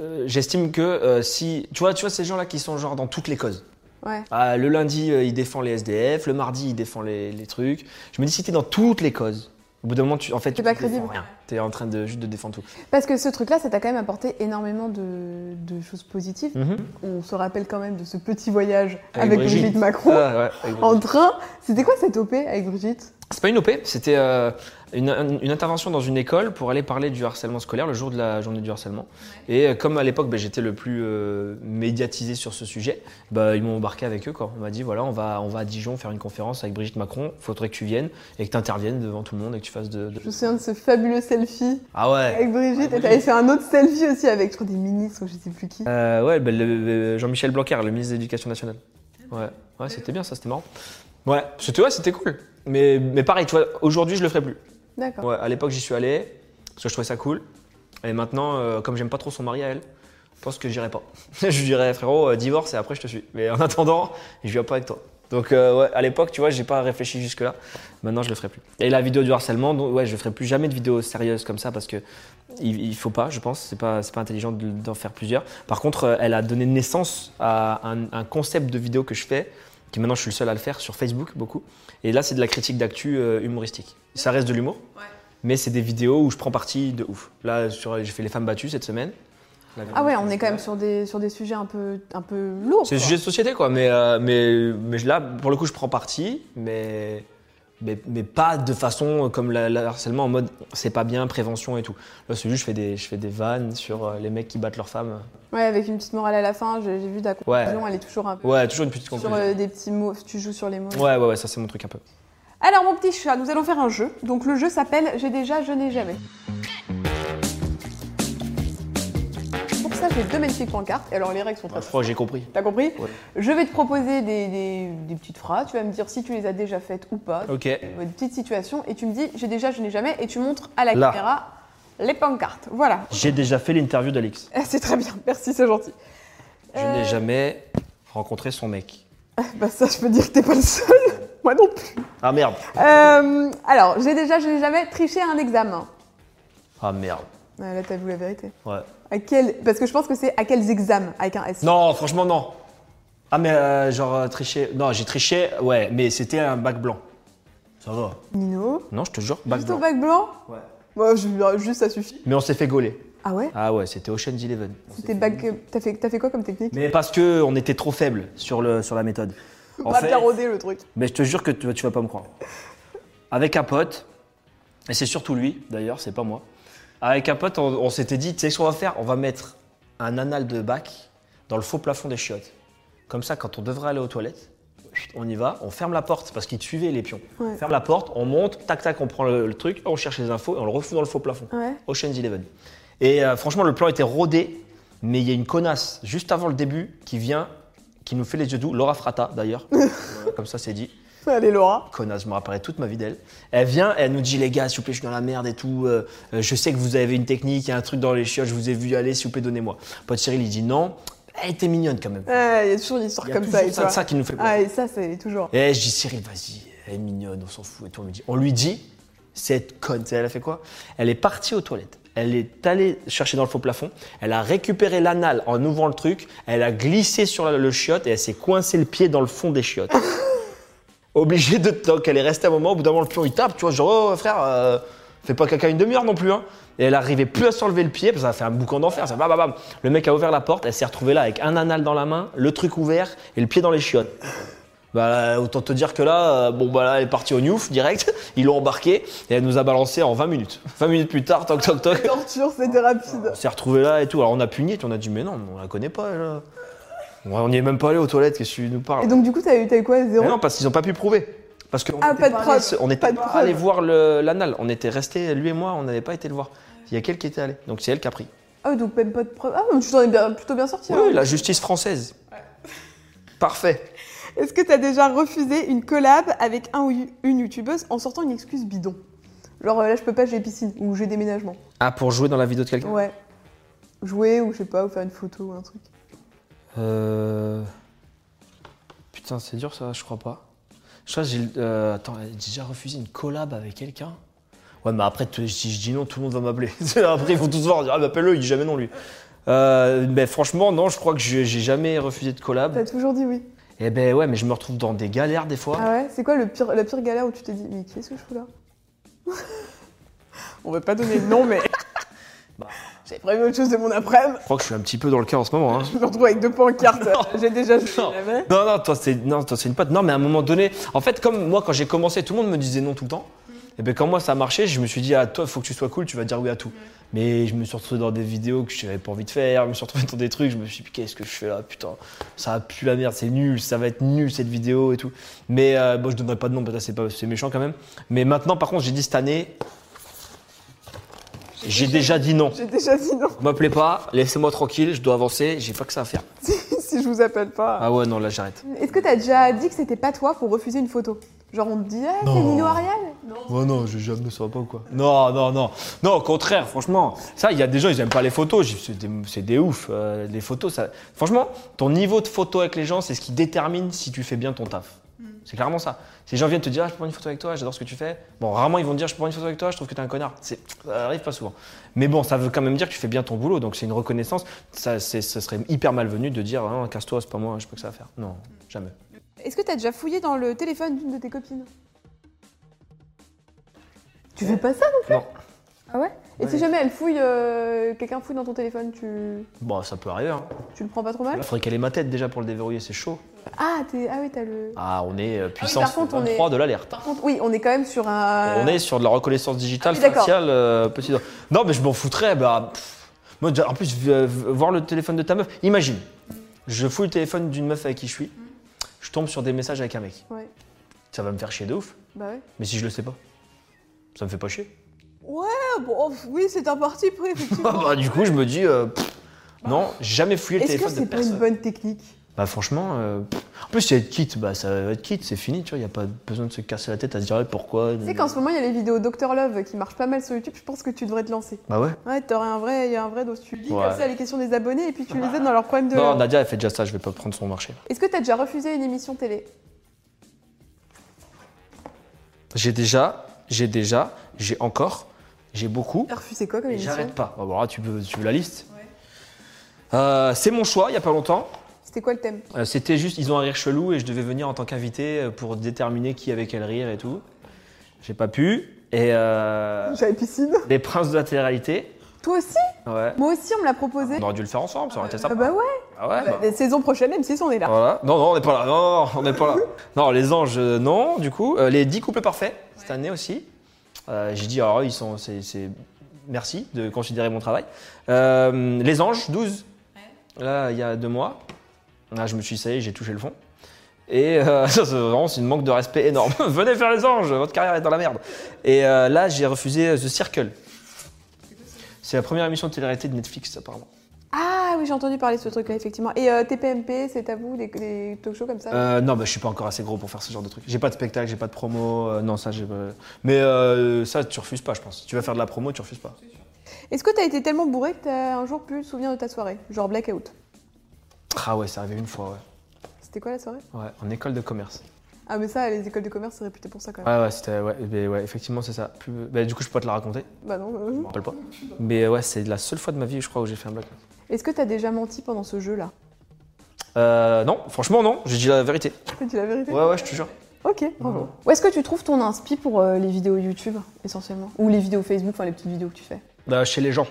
Speaker 2: euh, j'estime que euh, si. Tu vois, tu vois ces gens-là qui sont genre dans toutes les causes.
Speaker 1: Ouais.
Speaker 2: Ah, le lundi, euh, il défend les SDF, le mardi, il défend les, les trucs. Je me dis, si t'es dans toutes les causes, au bout d'un moment, tu, en fait,
Speaker 1: T'es
Speaker 2: tu
Speaker 1: pas
Speaker 2: défends
Speaker 1: crédible.
Speaker 2: rien. T'es en train de juste de défendre tout.
Speaker 1: Parce que ce truc-là, ça t'a quand même apporté énormément de, de choses positives.
Speaker 2: Mhm.
Speaker 1: On se rappelle quand même de ce petit voyage
Speaker 2: Avec
Speaker 1: avec, Brigitte.
Speaker 2: Brigitte.
Speaker 1: Macron
Speaker 2: Ah, ouais, avec Brigitte.
Speaker 1: en train. C'était quoi cette OP avec Brigitte
Speaker 2: C'est pas une OP, c'était euh, une, une- une intervention dans une école pour aller parler du harcèlement scolaire le jour de la journée du harcèlement. Et euh, comme à l'époque, ben, j'étais le plus euh, médiatisé sur ce sujet, bah, ils m'ont embarqué avec eux. Quoi. On m'a dit voilà, on va, on va à Dijon faire une conférence avec Brigitte Macron, faudrait que tu viennes et que tu interviennes devant tout le monde et que tu fasses de. de-
Speaker 1: Je me souviens de ce fabuleux selfie
Speaker 2: Ah ouais
Speaker 1: avec Brigitte.
Speaker 2: Ouais,
Speaker 1: Et t'avais fait un autre selfie aussi avec, je crois, des ministres ou je sais plus qui.
Speaker 2: Euh, ouais, ben, le- le- Jean-Michel Blanquer, le ministre de l'Éducation nationale. Ouais, ouais c'était bien ça, c'était marrant. Ouais, c'était ouais, c'était cool. Mais, mais pareil, tu vois, aujourd'hui, je le ferai plus.
Speaker 1: D'accord.
Speaker 2: Ouais, à l'époque, j'y suis allé parce que je trouvais ça cool. Et maintenant, euh, comme j'aime pas trop son mari à elle, je pense que j'irai pas. je lui dirais, frérot, euh, divorce et après je te suis. Mais en attendant, je viens pas avec toi. Donc euh, ouais, à l'époque, tu vois, j'ai pas réfléchi jusque là. Maintenant, je le ferai plus. Et la vidéo du harcèlement, donc ouais, je ferai plus jamais de vidéos sérieuses comme ça parce que il, il faut pas, je pense. C'est pas, c'est pas intelligent de- d'en faire plusieurs. Par contre, euh, elle a donné naissance à un, un concept de vidéo que je fais, qui maintenant je suis le seul à le faire sur Facebook beaucoup. Et là, c'est de la critique d'actu euh, humoristique. Ça reste de l'humour,
Speaker 1: Ouais.
Speaker 2: mais c'est des vidéos où je prends parti de ouf. Là, sur, j'ai fait les femmes battues cette semaine.
Speaker 1: Ah ouais, on est quand même sur des, sur des sujets un peu, un peu lourds.
Speaker 2: C'est le
Speaker 1: quoi.
Speaker 2: sujet de société, quoi. Mais, euh, mais, mais je- là, pour le coup, je prends parti, mais, mais, mais pas de façon euh, comme la- le harcèlement en mode c'est pas bien, prévention et tout. Là, c'est juste, je fais des, je fais des vannes sur euh, les mecs qui battent leurs femmes.
Speaker 1: Ouais, avec une petite morale à la fin, j'ai j'ai vu ta conclusion, elle est toujours un peu
Speaker 2: Ouais, toujours une petite
Speaker 1: Ah sur
Speaker 2: conclusion.
Speaker 1: euh, des petits mots, tu joues sur les mots.
Speaker 2: Ouais, ouais, ouais, ça, c'est mon truc un peu.
Speaker 1: Alors mon petit chat, nous allons faire un jeu. Donc le jeu s'appelle J'ai déjà, je n'ai jamais. Pour ça, j'ai deux magnifiques pancartes. Et alors les règles sont très
Speaker 2: Je crois que j'ai compris.
Speaker 1: T'as compris
Speaker 2: Ouais.
Speaker 1: Je vais te proposer des, des- des petites phrases, tu vas me dire si tu les as déjà faites ou pas,
Speaker 2: Ok.
Speaker 1: une petite situation, et tu me dis j'ai déjà, je n'ai jamais, et tu montres à la
Speaker 2: Là.
Speaker 1: caméra les pancartes. Voilà,
Speaker 2: J'ai déjà fait l'interview d'Alix.
Speaker 1: Ah, c'est très bien, merci, c'est gentil.
Speaker 2: Je
Speaker 1: Euh.
Speaker 2: n'ai jamais rencontré son mec.
Speaker 1: Bah ça, je peux dire que t'es pas le seul, moi non plus.
Speaker 2: Ah merde.
Speaker 1: Euh, alors, j'ai déjà, je n'ai jamais triché à un examen.
Speaker 2: Ah merde.
Speaker 1: Ah, là, t'as vu la vérité.
Speaker 2: Ouais.
Speaker 1: À quel... Parce que je pense que c'est à quels examens, avec un S.
Speaker 2: Non, franchement, non. Ah, mais euh, genre euh, tricher. Non, j'ai triché, ouais, mais c'était un bac blanc. Ça va.
Speaker 1: Nino,
Speaker 2: Non, je te jure, bac
Speaker 1: juste au
Speaker 2: blanc.
Speaker 1: bac blanc
Speaker 2: Ouais.
Speaker 1: Bah, je- Juste, ça suffit.
Speaker 2: Mais on s'est fait gauler.
Speaker 1: Ah ouais
Speaker 2: Ah ouais, c'était Ocean's Eleven. On s'est
Speaker 1: C'était
Speaker 2: fait-
Speaker 1: bac... T'as fait, t'as fait quoi comme technique
Speaker 2: Mais parce que on était trop faible sur, le, sur la méthode. En
Speaker 1: Pas
Speaker 2: fait-
Speaker 1: bien rodé, le truc.
Speaker 2: Mais je te jure que tu, tu vas pas me croire. Avec un pote, et c'est surtout lui d'ailleurs, c'est pas moi. Avec un pote, on, on s'était dit, tu sais ce qu'on va faire On va mettre un anal de bac dans le faux plafond des chiottes. Comme ça, quand on devrait aller aux toilettes, chut, on y va, on ferme la porte parce qu'ils te suivaient les pions.
Speaker 1: Ouais.
Speaker 2: On ferme la porte, on monte, tac tac, on prend le, le truc, on cherche les infos et on le refout dans le faux plafond.
Speaker 1: Ouais.
Speaker 2: Ocean's Eleven. Et euh, franchement, le plan était rodé, mais il y a une connasse juste avant le début qui vient, qui nous fait les yeux doux, Laura Frata d'ailleurs, comme ça c'est dit
Speaker 1: Allez, Laura.
Speaker 2: connasse, je me rappellerai toute ma vie d'elle. Elle vient, elle nous dit les gars, s'il vous plaît, je suis dans la merde et tout. euh, euh, je sais que vous avez une technique, il y a un truc dans les chiottes, je vous ai vu y aller, s'il vous plaît, donnez-moi. Pote Cyril, il dit non. Elle était mignonne quand même.
Speaker 1: Ah, Il y a toujours une histoire
Speaker 2: Il y a
Speaker 1: comme
Speaker 2: toujours
Speaker 1: ça. et
Speaker 2: ça,
Speaker 1: toi.
Speaker 2: ça qui nous fait peur.
Speaker 1: Ah, et ça, c'est toujours.
Speaker 2: Et Eh, je dis Cyril, vas-y, elle est mignonne, on s'en fout et tout. On lui dit, on lui dit cette conne, tu sais, elle a fait quoi Elle est partie aux toilettes. Elle est allée chercher dans le faux plafond. Elle a récupéré l'anal en ouvrant le truc. Elle a glissé sur la- le chiotte et elle s'est coincé le pied dans le fond des chiottes. Obligée de. Donc elle est restée un moment. Au bout d'un moment, le pion il tape, tu vois, genre, oh, frère, euh, fais pas caca une demi-heure non plus. Hein. Et elle arrivait plus à s'enlever le pied parce que ça a fait un boucan d'enfer. Ça, bam, bam, bam. Le mec a ouvert la porte. Elle s'est retrouvée là avec un anal dans la main, le truc ouvert et le pied dans les chiottes. Bah, autant te dire que là, euh, bon, bah là, elle est partie au Newf direct. Ils l'ont embarquée et elle nous a balancé en 20 minutes. 20 minutes plus tard, toc toc toc.
Speaker 1: Torture, c'était rapide.
Speaker 2: On s'est retrouvés là et tout. Alors on a puni, on a dit, mais non, on la connaît pas. elle, là. Ouais, on n'y est même pas allé aux toilettes, qu'est-ce que tu nous
Speaker 1: Et
Speaker 2: parles
Speaker 1: donc, du coup, t'as eu, t'as eu quoi
Speaker 2: Mais
Speaker 1: Zéro
Speaker 2: Non, parce qu'ils n'ont pas pu prouver. Parce qu'on
Speaker 1: Ah,
Speaker 2: était
Speaker 1: pas de preuve,
Speaker 2: allés- On
Speaker 1: pas
Speaker 2: n'était
Speaker 1: de
Speaker 2: pas
Speaker 1: preuve.
Speaker 2: allé voir le- l'anal. On était restés, lui et moi, on n'avait pas été le voir. Il y a qu'elle qui était allée. Donc c'est elle qui a pris.
Speaker 1: Ah, donc même pas de preuve. Ah, mais tu t'en es bien- plutôt bien sorti. hein.
Speaker 2: Oui, la justice française. Parfait.
Speaker 1: Est-ce que t'as déjà refusé une collab avec un ou une youtubeuse en sortant une excuse bidon Genre, euh, là, je peux pas, j'ai piscine ou j'ai déménagement.
Speaker 2: Ah, pour jouer dans la vidéo de quelqu'un
Speaker 1: Ouais. Jouer ou je sais pas, ou faire une photo ou un truc.
Speaker 2: Euh... Putain, c'est dur ça, je crois pas. Je crois que j'ai. euh, Attends, j'ai déjà refusé une collab avec quelqu'un Ouais, mais après, tu- si je dis non, tout le monde va m'appeler. après, ils vont tous voir. dire, Ah, bah, appelle-le, il dit jamais non, lui. Euh, mais franchement, non, je crois que je- j'ai jamais refusé de collab.
Speaker 1: T'as toujours dit oui.
Speaker 2: Eh ben ouais, mais je me retrouve dans des galères des fois.
Speaker 1: Ah ouais C'est quoi le pire, la pire galère où tu t'es dit, mais qu'est-ce que je fous là On va pas donner le nom, mais.
Speaker 2: Bah.
Speaker 1: J'ai prévu autre chose de mon après-midi.
Speaker 2: Je crois que je suis un petit peu dans le cas en ce moment. hein.
Speaker 1: Je me retrouve avec deux pancartes. J'ai déjà joué.
Speaker 2: Non. Non, non, toi, c'est non, toi, c'est une pote. Non, mais à un moment donné, en fait, comme moi, quand j'ai commencé, tout le monde me disait non tout le temps. Et bien, quand moi, ça marchait, je me suis dit, ah, toi, faut que tu sois cool, tu vas dire oui à tout. Mais je me suis retrouvé dans des vidéos que je n'avais pas envie de faire, je me suis retrouvé dans des trucs, je me suis dit, qu'est-ce que je fais là, putain, ça pue la merde, c'est nul, ça va être nul cette vidéo et tout. Mais euh, bon, je donnerai pas de nom, parce que c'est pas- c'est méchant quand même. Mais maintenant, par contre, j'ai dit cette année, j'ai déjà dit non.
Speaker 1: J'ai déjà dit non
Speaker 2: M'appelez pas, laissez-moi tranquille, je dois avancer, j'ai pas que ça à faire.
Speaker 1: si, si je vous appelle pas.
Speaker 2: Ah ouais, non, là, j'arrête.
Speaker 1: Est-ce que t'as déjà dit que c'était pas toi pour refuser une photo Genre on te dit, ah, c'est
Speaker 2: Non.
Speaker 1: Nino Ariel
Speaker 2: Oh non, je jamais ça pas ou quoi. Non, non, non. Non, au contraire, franchement. Ça, il y a des gens, ils aiment pas les photos. J'ai- C'est des, c'est des ouf. euh, les photos, ça. Franchement, ton niveau de photo avec les gens, c'est ce qui détermine si tu fais bien ton taf. C'est clairement ça. Si les gens viennent te dire, ah, je peux prendre une photo avec toi, j'adore ce que tu fais. Bon, rarement ils vont te dire, je peux prendre une photo avec toi, je trouve que t'es un connard. C'est- Ça arrive pas souvent. Mais bon, ça veut quand même dire que tu fais bien ton boulot, donc c'est une reconnaissance. Ça, c'est- ça serait hyper malvenu de dire, Ah non, casse-toi, c'est pas moi, je peux que ça à faire. Non, jamais.
Speaker 1: Est-ce que t'as déjà fouillé dans le téléphone d'une de tes copines Tu fais pas ça
Speaker 2: Non.
Speaker 1: Ah ouais Et
Speaker 2: Ouais.
Speaker 1: si jamais elle fouille, euh, quelqu'un fouille dans ton téléphone, tu,
Speaker 2: Bon, ça peut arriver. Hein.
Speaker 1: tu le prends pas trop mal
Speaker 2: Là, faudrait qu'elle ait ma tête déjà pour le déverrouiller, c'est chaud.
Speaker 1: Ah, t'es- ah oui, t'as le.
Speaker 2: Ah, on est euh, puissance
Speaker 1: contre, on est-
Speaker 2: 23 de l'alerte.
Speaker 1: Par contre, oui, on est quand même sur un.
Speaker 2: On est sur de la reconnaissance digitale,
Speaker 1: Ah oui, d'accord.
Speaker 2: faciale, euh, petit. Non, mais je m'en foutrais. Bah, pff. Moi, déjà, en plus, v- v- voir le téléphone de ta meuf. Imagine, je fouille le téléphone d'une meuf avec qui
Speaker 1: Mm.
Speaker 2: je suis, je tombe sur des messages avec un mec.
Speaker 1: Ouais.
Speaker 2: Ça va me faire chier de ouf,
Speaker 1: Bah ouais.
Speaker 2: mais si je le sais pas, ça me fait pas chier.
Speaker 1: Ouais, bon, oh, pff, oui, c'est un parti pris,
Speaker 2: Ah,
Speaker 1: effectivement.
Speaker 2: bah, du coup, je me dis, euh, pff, non, jamais fouiller le
Speaker 1: Bah. Est-ce que
Speaker 2: téléphone de
Speaker 1: c'est pas
Speaker 2: personne.
Speaker 1: une bonne technique
Speaker 2: Bah franchement, euh, pff. en plus si elle te quitte, bah ça va être quitte, c'est fini, tu vois, il n'y a pas besoin de se casser la tête à se dire ouais, pourquoi. euh,
Speaker 1: Tu sais qu'en ce moment, il y a les vidéos Doctor Love qui marchent pas mal sur YouTube, je pense que tu devrais te lancer.
Speaker 2: Bah ouais.
Speaker 1: Ouais, t'aurais un vrai, il y a un vrai dos. Tu lis
Speaker 2: Ouais. Bah,
Speaker 1: comme ça les questions des abonnés et puis tu les aides dans leurs problèmes de.
Speaker 2: Non, Nadia elle fait déjà ça, je vais pas prendre son marché.
Speaker 1: Est-ce que t'as déjà refusé une émission télé
Speaker 2: J'ai déjà, j'ai déjà, j'ai encore, j'ai beaucoup.
Speaker 1: T'as refusé quoi comme
Speaker 2: Et
Speaker 1: émission
Speaker 2: j'arrête pas. Bah, voilà, tu veux, tu veux la liste Euh, C'est mon choix, il y a pas longtemps.
Speaker 1: C'était quoi le thème
Speaker 2: Euh, C'était juste, ils ont un rire chelou et je devais venir en tant qu'invité euh, pour déterminer qui avait quel rire et tout. J'ai pas pu. Et euh,
Speaker 1: J'avais piscine.
Speaker 2: les princes de la télé-réalité.
Speaker 1: Toi aussi
Speaker 2: Ouais.
Speaker 1: Moi aussi, on me l'a proposé.
Speaker 2: On aurait dû le faire ensemble, Ah ça aurait été
Speaker 1: Ah
Speaker 2: sympa.
Speaker 1: bah ouais,
Speaker 2: Ah ouais, bah.
Speaker 1: bah, saison prochaine, M6, on est là.
Speaker 2: Voilà. Non, non, on n'est pas là. Non, non, on n'est pas là. Non, les anges, euh, non, du coup. Euh, les 10 couples parfaits, cette année aussi. Euh, J'ai dit, alors, ils sont. c'est- c'est- Merci de considérer mon travail. Euh, les anges, 12. Là, il y a deux mois. Là, je me suis dit, ça y est, j'ai touché le fond. Et euh, ça, c'est vraiment c'est une manque de respect énorme. Venez faire les anges, votre carrière est dans la merde. Et euh, là, j'ai refusé The Circle. C'est la première émission de télé-réalité de Netflix, apparemment.
Speaker 1: Ah oui, j'ai entendu parler de ce truc-là, effectivement. Et euh, TPMP, c'est à vous, des, des talk shows comme ça
Speaker 2: Euh, non, bah, je suis pas encore assez gros pour faire ce genre de truc. J'ai pas de spectacle, j'ai pas de promo. euh, non, ça, j'ai pas. Mais euh, ça, tu refuses pas, je pense. Tu vas faire de la promo, tu refuses pas.
Speaker 1: Est-ce que t'as été tellement bourré que t'as un jour pu te souvenir de ta soirée Genre blackout.
Speaker 2: Ah ouais, c'est arrivé une fois,
Speaker 1: C'était quoi la soirée
Speaker 2: ouais. Ouais, en école de commerce.
Speaker 1: Ah mais ça, les écoles de commerce, c'est réputé pour ça quand même.
Speaker 2: Ouais, ouais, c'était. Ouais, mais ouais, effectivement, c'est ça. Plus- bah, du coup, je peux pas te la raconter.
Speaker 1: Bah non. euh.
Speaker 2: Je me rappelle pas. Mais euh, ouais, c'est la seule fois de ma vie, je crois, où j'ai fait un blackout.
Speaker 1: Est-ce que t'as déjà menti pendant ce jeu-là
Speaker 2: Euh, non, franchement, non, j'ai dit la vérité.
Speaker 1: T'as dit la vérité
Speaker 2: Ouais, ouais, je te jure.
Speaker 1: Ok, bravo. Où est-ce que tu trouves ton inspi pour euh, les vidéos YouTube, essentiellement Ou les vidéos Facebook, enfin les petites vidéos que tu fais
Speaker 2: Bah, chez les gens.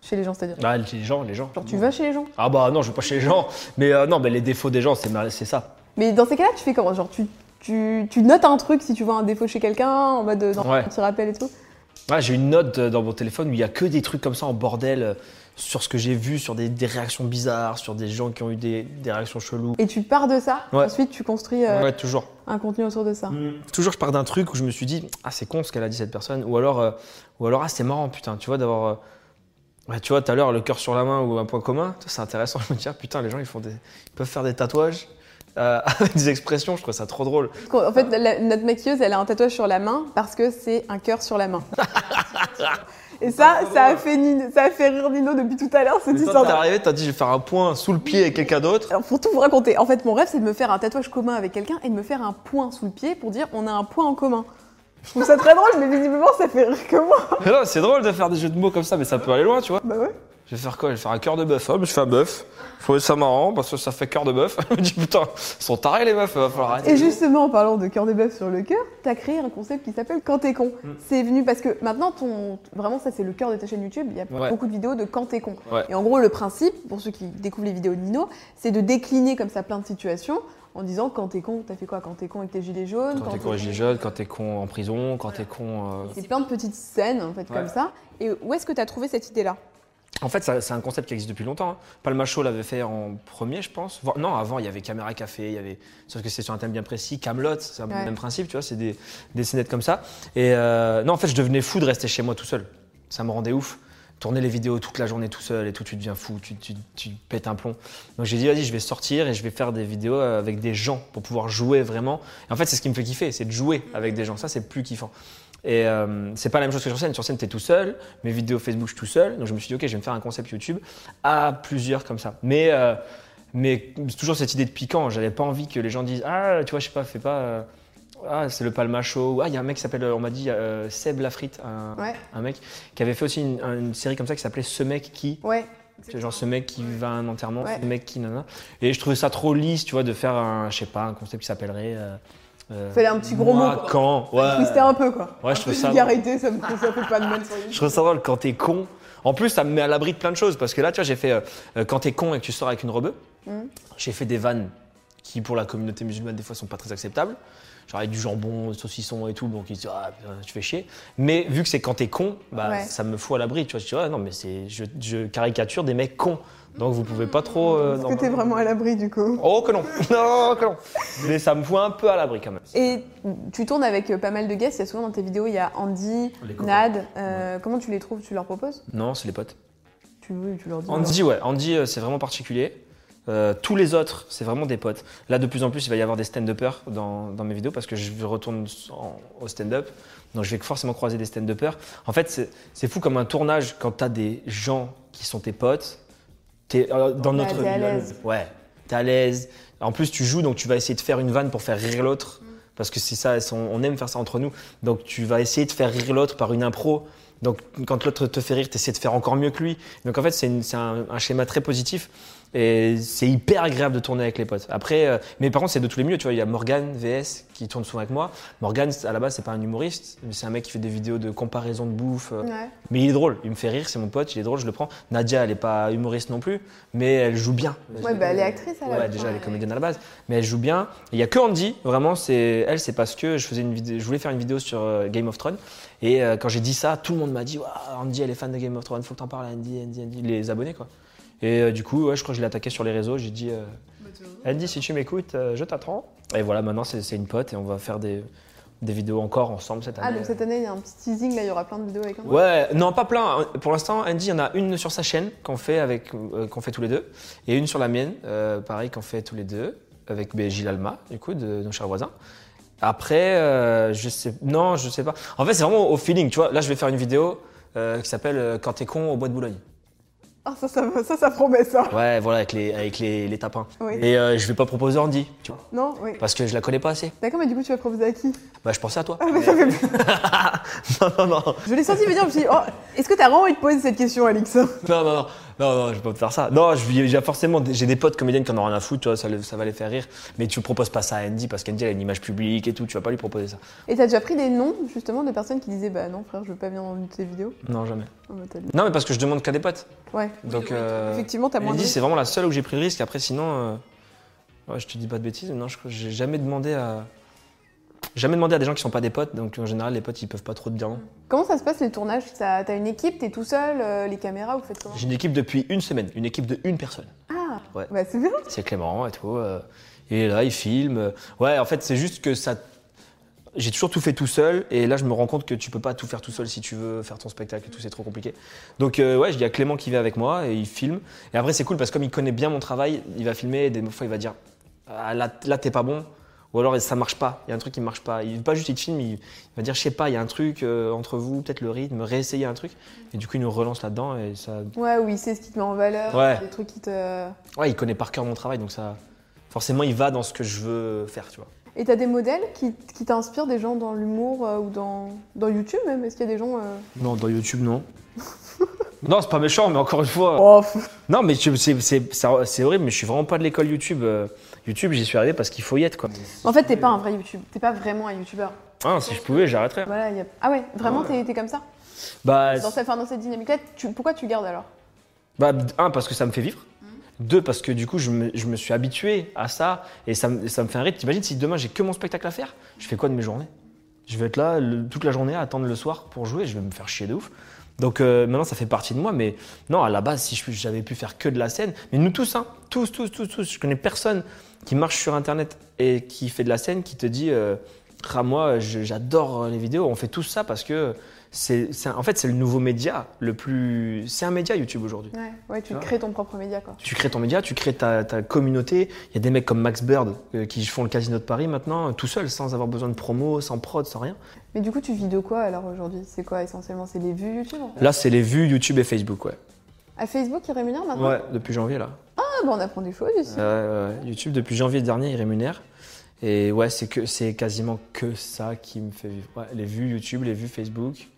Speaker 1: Chez les gens, c'est-à-dire
Speaker 2: Ah, les gens, les gens.
Speaker 1: Genre tu vas chez les gens
Speaker 2: Ah bah non, je vais pas chez les gens. Mais euh, non, mais les défauts des gens, c'est ma- c'est ça.
Speaker 1: Mais dans ces cas-là, tu fais comment Genre tu, tu, tu notes un truc si tu vois un défaut chez quelqu'un, en mode euh, dans
Speaker 2: Ouais.
Speaker 1: un petit rappel et tout
Speaker 2: Ouais, j'ai une note euh, dans mon téléphone où il y a que des trucs comme ça en bordel euh, sur ce que j'ai vu, sur des, des réactions bizarres, sur des gens qui ont eu des, des réactions cheloues.
Speaker 1: Et tu pars de ça,
Speaker 2: Ouais.
Speaker 1: ensuite tu construis euh,
Speaker 2: Ouais, Mm. toujours.
Speaker 1: un contenu autour de ça.
Speaker 2: Toujours, je pars d'un truc où je me suis dit, ah, c'est con ce qu'elle a dit cette personne, ou alors, euh, ou alors ah, c'est marrant, putain, tu vois, d'avoir. euh, ouais, tu vois, tout à l'heure, le cœur sur la main ou un point commun, ça, c'est intéressant. Je me dis, ah, putain, les gens, ils, font des, ils peuvent faire des tatouages euh, avec des expressions, je trouve ça trop drôle.
Speaker 1: Parce qu'en- En fait, la- notre maquilleuse, elle a un tatouage sur la main parce que c'est un cœur sur la main. Et ça, ça a, fait Nino- ça a fait rire Nino depuis tout à l'heure, cette
Speaker 2: Mais toi,
Speaker 1: histoire.
Speaker 2: t'es arrivé, t'as dit, je vais faire un point sous le pied avec quelqu'un d'autre.
Speaker 1: Alors, pour tout vous raconter, en fait, mon rêve, c'est de me faire un tatouage commun avec quelqu'un et de me faire un point sous le pied pour dire on a un point en commun. Je trouve ça très drôle, mais visiblement, ça fait rire que moi.
Speaker 2: Mais non, c'est drôle de faire des jeux de mots comme ça, mais ça peut aller loin, tu vois.
Speaker 1: Bah ouais.
Speaker 2: Je vais faire quoi Je vais faire un cœur de bœuf. Hop, je fais un bœuf. Je trouvais ça marrant parce que ça fait cœur de bœuf. je me dis putain, ils sont tarés les meufs, va falloir arrêter.
Speaker 1: Et justement, en parlant de cœur de bœuf sur le cœur, t'as créé un concept qui s'appelle Quand t'es con.
Speaker 2: Mm.
Speaker 1: C'est venu parce que maintenant, ton... vraiment, ça c'est le cœur de ta chaîne YouTube. Il y a
Speaker 2: Ouais.
Speaker 1: beaucoup de vidéos de Quand t'es con.
Speaker 2: Ouais.
Speaker 1: Et en gros, le principe, pour ceux qui découvrent les vidéos de Nino, c'est de décliner comme ça plein de situations en disant Quand t'es con, t'as fait quoi Quand t'es con avec tes gilets jaunes
Speaker 2: Quand t'es con avec les jeunes, quand t'es con en prison, quand t'es con. euh,
Speaker 1: C'est plein de petites scènes en fait comme ça. Et où est-ce que t'as trouvé cette idée-là
Speaker 2: En fait, ça- c'est un concept qui existe depuis longtemps. hein. Palma Show l'avait fait en premier, je pense. Vo- Non, avant, il y avait Caméra Café, il y avait. Sauf que c'est sur un thème bien précis. Camelot, c'est le
Speaker 1: Ouais.
Speaker 2: même principe, tu vois, c'est des, des scénettes comme ça. Et euh, non, en fait, je devenais fou de rester chez moi tout seul. Ça me rendait ouf. Tourner les vidéos toute la journée tout seul et tout, tu deviens fou, tu, tu, tu pètes un plomb. Donc j'ai dit, vas-y, je vais sortir et je vais faire des vidéos euh, avec des gens pour pouvoir jouer vraiment. Et en fait, c'est ce qui me fait kiffer, c'est de jouer avec des gens. Ça, c'est plus kiffant. Et euh, c'est pas la même chose que sur scène. Sur scène, t'es tout seul. Mes vidéos Facebook, je suis tout seul. Donc je me suis dit, ok, je vais me faire un concept YouTube à plusieurs comme ça. Mais, euh, Mais toujours cette idée de piquant, j'avais pas envie que les gens disent Ah, tu vois, je sais pas, fais pas. euh, ah, c'est le Palma Show. ou, Ah, il y a un mec qui s'appelle, on m'a dit, euh, Seb Lafrite, un,
Speaker 1: Ouais.
Speaker 2: un mec, qui avait fait aussi une, une série comme ça qui s'appelait Ce mec qui.
Speaker 1: Ouais.
Speaker 2: C'est genre ce mec qui va à un enterrement,
Speaker 1: Ouais.
Speaker 2: ce mec qui nana. Et je trouvais ça trop lisse, tu vois, de faire un, je sais pas, un concept qui s'appellerait. Euh, euh,
Speaker 1: Fallait un petit gros
Speaker 2: moi,
Speaker 1: mot, quoi.
Speaker 2: Quand Ouais.
Speaker 1: Twister un peu quoi.
Speaker 2: Ouais, je trouve ça.
Speaker 1: Vulgarité, ça me ça fait pas de mal sur
Speaker 2: Je
Speaker 1: YouTube.
Speaker 2: trouve ça drôle quand t'es con. En plus, ça me met à l'abri de plein de choses parce que là, tu vois, j'ai fait euh, euh, quand t'es con et que tu sors avec une rebeu,
Speaker 1: Mhm.
Speaker 2: j'ai fait des vannes qui, pour la communauté musulmane, des fois, sont pas très acceptables. Genre avec du jambon, des saucissons et tout, donc ils disent ah putain, tu fais chier. Mais vu que c'est quand t'es con, bah
Speaker 1: Ouais.
Speaker 2: ça me fout à l'abri, tu vois. Je dis ouais, non mais c'est je, je caricature des mecs cons, donc vous pouvez pas trop. euh,
Speaker 1: Est-ce
Speaker 2: non,
Speaker 1: que
Speaker 2: bah-
Speaker 1: t'es vraiment à l'abri du coup
Speaker 2: Oh que non, non que non. Mais ça me fout un peu à l'abri quand même.
Speaker 1: Et tu tournes avec euh, pas mal de guests, il y a souvent dans tes vidéos, il y a Andy,
Speaker 2: Les copains.
Speaker 1: Nad, euh, comment tu les trouves Tu leur proposes
Speaker 2: Non, c'est les potes.
Speaker 1: tu, veux, tu leur dis
Speaker 2: Andy, ouais. Andy, euh, c'est vraiment particulier. Euh, tous les autres, c'est vraiment des potes. Là, de plus en plus, il va y avoir des stand-uppers dans, dans mes vidéos parce que je retourne en- au stand-up. Donc, je vais forcément croiser des stand-uppers. En fait, c'est- c'est fou comme un tournage quand t'as des gens qui sont tes potes. T'es euh, dans
Speaker 1: Ouais,
Speaker 2: notre.
Speaker 1: t'es à l'aise.
Speaker 2: Ouais, t'es à l'aise. En plus, tu joues, donc tu vas essayer de faire une vanne pour faire rire l'autre.
Speaker 1: Mm.
Speaker 2: Parce que c'est ça, on on aime faire ça entre nous. Donc tu vas essayer de faire rire l'autre par une impro. Donc quand l'autre te fait rire, tu essaies de faire encore mieux que lui. Donc en fait, c'est une- c'est un, un schéma très positif. Et c'est hyper agréable de tourner avec les potes. Après, euh, mais par contre, c'est de tous les milieux. Tu vois, il y a Morgan VS qui tourne souvent avec moi. Morgan, à la base, c'est pas un humoriste, mais c'est un mec qui fait des vidéos de comparaison de bouffe. euh,
Speaker 1: Ouais.
Speaker 2: mais il est drôle, il me fait rire, c'est mon pote, il est drôle, je le prends. Nadia, elle n'est pas humoriste non plus, mais elle joue bien.
Speaker 1: Ouais, bah, elle est actrice, à la
Speaker 2: Ouais,
Speaker 1: base.
Speaker 2: déjà, elle est comédienne à la base, mais elle joue bien. Il y a que Andy, vraiment, c'est elle, c'est parce que je faisais une vidéo, je voulais faire une vidéo sur euh, Game of Thrones, et euh, quand j'ai dit ça, tout le monde m'a dit, Waouh, Andy, elle est fan de Game of Thrones, faut que t'en parles à Andy, Andy, Andy, les abonnés quoi. Et euh, du coup, ouais, je crois que je l'ai attaqué sur les réseaux, j'ai dit, euh, Andy, si tu m'écoutes, euh, je t'attends. Et voilà, maintenant c'est c'est une pote et on va faire des, des vidéos encore ensemble cette année.
Speaker 1: Ah, donc cette année, il y a un petit teasing, là, il y aura plein de vidéos avec Andy.
Speaker 2: Ouais, non, pas plein. Pour l'instant, Andy, il y en a une sur sa chaîne qu'on fait, avec, euh, qu'on fait tous les deux, et une sur la mienne, euh, pareil, qu'on fait tous les deux, avec ben, Gilles Alma, du coup, de nos chers voisins. Après, euh, je sais. Non, je sais pas. En fait, c'est vraiment au feeling, tu vois. Là, je vais faire une vidéo euh, qui s'appelle euh, Quand t'es con au bois de Boulogne.
Speaker 1: Ah, ça, ça, ça, ça promet ça.
Speaker 2: Ouais, voilà, avec les, avec les, les tapins.
Speaker 1: Oui.
Speaker 2: Et euh, je vais pas proposer Andy, tu vois,
Speaker 1: Non Oui.
Speaker 2: parce que je la connais pas assez.
Speaker 1: D'accord, mais du coup, tu vas proposer à qui
Speaker 2: Bah, je pensais à toi.
Speaker 1: Ah, bah, ça fait plaisir.
Speaker 2: non, non, non.
Speaker 1: Je l'ai senti venir, je me suis dit, oh, est-ce que t'as vraiment envie de poser cette question, Alix
Speaker 2: Non, non, non, non, non, je peux pas faire ça. Non, je- j'ai forcément, des- j'ai des potes comédiennes qui en ont rien à foutre, tu vois, ça, le- ça va les faire rire. Mais tu proposes pas ça à Andy parce qu'Andy elle a une image publique et tout, tu vas pas lui proposer ça.
Speaker 1: Et t'as déjà pris des noms, justement, de personnes qui disaient, bah non, frère, je veux pas venir dans une de tes vidéos
Speaker 2: Non, jamais.
Speaker 1: Ah, bah, t'as-
Speaker 2: Non, mais parce que je demande qu'à des potes.
Speaker 1: Ouais.
Speaker 2: Donc, euh,
Speaker 1: Effectivement, t'as moins de.
Speaker 2: Andy, c'est vraiment la seule où j'ai pris le risque. Après, sinon, euh, ouais, je te dis pas de bêtises, mais non, je- j'ai jamais demandé à. Jamais demandé à des gens qui sont pas des potes, donc en général, les potes ils peuvent pas trop te dire non.
Speaker 1: Comment ça se passe les tournages Ça- T'as une équipe, t'es tout seul, euh, les caméras, vous faites comment
Speaker 2: J'ai une équipe depuis une semaine, une équipe de une personne.
Speaker 1: Ah,
Speaker 2: Ouais.
Speaker 1: bah c'est bien.
Speaker 2: c'est Clément et tout. euh, il est là, il filme. euh. Ouais, en fait, c'est juste que ça. J'ai toujours tout fait tout seul et là je me rends compte que tu peux pas tout faire tout seul si tu veux faire ton spectacle et tout c'est trop compliqué. Donc euh, ouais, il y a Clément qui vient avec moi et il filme. Et après c'est cool parce que comme il connaît bien mon travail, il va filmer et des fois il va dire ah, là, là t'es pas bon ou alors ça marche pas, il y a un truc qui marche pas. Il pas juste il te filme, il, il va dire je sais pas, il y a un truc euh, entre vous, peut-être le rythme, réessayer un truc. Et du coup il nous relance là-dedans et ça
Speaker 1: Ouais, oui, c'est ce qui te met en valeur,
Speaker 2: Ouais.
Speaker 1: des trucs qui te.
Speaker 2: Ouais, il connaît par cœur mon travail, donc ça. Forcément, il va dans ce que je veux faire, tu vois.
Speaker 1: Et t'as des modèles qui, qui t'inspirent, des gens dans l'humour euh, ou dans, dans YouTube même Est-ce qu'il y a des gens. euh,
Speaker 2: Non, dans YouTube, non. non, c'est pas méchant, mais encore une fois.
Speaker 1: Oh, pff,
Speaker 2: Non, mais tu- c'est- c'est ça- c'est horrible, mais je suis vraiment pas de l'école YouTube. euh, YouTube, j'y suis arrivé parce qu'il faut y être, quoi.
Speaker 1: En fait, t'es pas un vrai YouTube, t'es pas vraiment un YouTuber.
Speaker 2: Ah, si je pouvais, j'arrêterais.
Speaker 1: Voilà, y a- Ah ouais, vraiment,
Speaker 2: Ouais.
Speaker 1: t'es- t'es comme ça
Speaker 2: Bah,
Speaker 1: dans, cette- enfin, dans cette dynamique-là, tu- pourquoi tu gardes alors
Speaker 2: bah, un, parce que ça me fait vivre. Deux, parce que du coup, je me, je me suis habitué à ça et ça, me- ça me fait un rythme. T'imagines si demain j'ai que mon spectacle à faire, je fais quoi de mes journées Je vais être là le- toute la journée à attendre le soir pour jouer, je vais me faire chier de ouf. Donc euh, maintenant, ça fait partie de moi, mais non, à la base, si je- j'avais pu faire que de la scène, mais nous tous, hein, tous, tous, tous, tous, je connais personne qui marche sur Internet et qui fait de la scène, qui te dit, euh, ah, moi, je- j'adore les vidéos, on fait tous ça parce que c'est, c'est un- en fait, c'est le nouveau média, le plus, c'est un média YouTube aujourd'hui.
Speaker 1: Ouais, ouais tu
Speaker 2: Ah.
Speaker 1: crées ton propre média quoi.
Speaker 2: Tu crées ton média, tu crées ta, ta communauté. Il y a des mecs comme Max Bird euh, qui font le casino de Paris maintenant, euh, tout seul, sans avoir besoin de promo, sans prod, sans rien.
Speaker 1: Mais du coup, tu vis de quoi alors aujourd'hui C'est quoi essentiellement C'est les vues YouTube en fait
Speaker 2: Là, c'est les vues YouTube et Facebook, ouais. Ah
Speaker 1: À Facebook, ils rémunèrent maintenant
Speaker 2: Ouais, depuis janvier, là.
Speaker 1: Ah, bah, on apprend des choses ici.
Speaker 2: Euh, YouTube, depuis janvier dernier, il rémunère. Et ouais, c'est que c'est quasiment que ça qui me fait vivre. Ouais, les vues YouTube, les vues Facebook,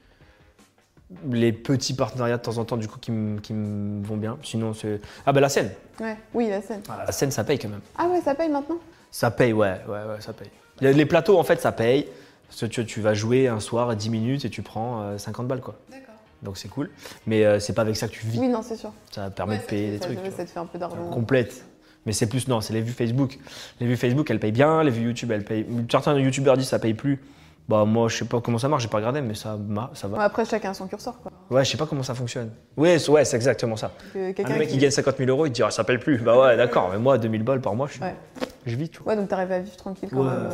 Speaker 2: les petits partenariats de temps en temps, du coup, qui me qui me vont bien. Sinon, c'est. Ah bah la scène
Speaker 1: Ouais. Oui, la scène.
Speaker 2: Ah, La scène, ça paye quand même.
Speaker 1: Ah ouais, ça paye maintenant
Speaker 2: Ça paye, ouais, ouais, ouais, ça paye. Les, les plateaux, en fait, ça paye. Parce que tu, tu vas jouer un soir 10 minutes et tu prends euh, 50 balles, quoi.
Speaker 1: D'accord.
Speaker 2: Donc c'est cool. Mais euh, c'est pas avec ça que tu vis.
Speaker 1: Oui, non, c'est sûr.
Speaker 2: Ça permet de payer des
Speaker 1: ça,
Speaker 2: trucs.
Speaker 1: ça-
Speaker 2: tu vois.
Speaker 1: ça te fait un peu d'argent.
Speaker 2: complète. Mais c'est plus, non, c'est les vues Facebook. Les vues Facebook, elles payent bien, les vues YouTube, elles payent. Certains youtubeurs disent ça paye plus. Bah, moi, je sais pas comment ça marche, j'ai pas regardé, mais ça, ma- ça
Speaker 1: Bon,
Speaker 2: va.
Speaker 1: après, chacun son curseur, quoi.
Speaker 2: Ouais, je sais pas comment ça fonctionne. Ouais, c'est- ouais, c'est exactement ça.
Speaker 1: Que
Speaker 2: Un
Speaker 1: Quelqu'un
Speaker 2: mec qui
Speaker 1: qui...
Speaker 2: gagne 50 000 euros, il te dit, ah, ça paye plus. Bah ouais, d'accord, mais moi, 2000 balles par mois, je, suis-
Speaker 1: Ouais.
Speaker 2: je vis, tu vois.
Speaker 1: Ouais, donc t'arrives à vivre tranquille quand même. euh,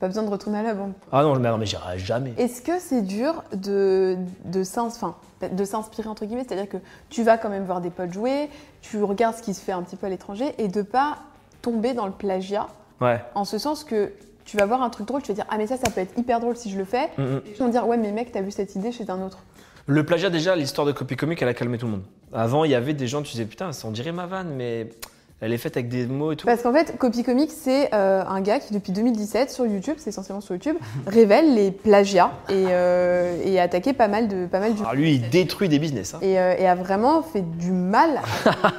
Speaker 1: Pas besoin de retourner à la banque.
Speaker 2: Ah non, mais, non, mais j'irai jamais.
Speaker 1: Est-ce que c'est dur de, de, s'ins- enfin, de s'inspirer, entre guillemets C'est-à-dire que tu vas quand même voir des potes jouer, tu regardes ce qui se fait un petit peu à l'étranger et de pas tomber dans le plagiat,
Speaker 2: Ouais.
Speaker 1: en ce sens que tu vas voir un truc drôle, tu vas dire Ah, mais ça, ça peut être hyper drôle si je le fais.
Speaker 2: Mm, mm.
Speaker 1: Et les gens vont dire Ouais, mais mec, t'as vu cette idée chez un autre.
Speaker 2: Le plagiat, déjà, l'histoire de Copy Comic, elle a calmé tout le monde. Avant, il y avait des gens, tu disais, putain, ça, on dirait ma vanne, mais elle est faite avec des mots et tout.
Speaker 1: Parce qu'en fait, Copy Comics, c'est euh, un gars qui, depuis 2017, sur YouTube, c'est essentiellement sur YouTube, révèle les plagiats et, euh, et a attaqué pas mal de pas mal du.
Speaker 2: Alors Ah, lui, il détruit des business. hein.
Speaker 1: Et, euh, et a vraiment fait du mal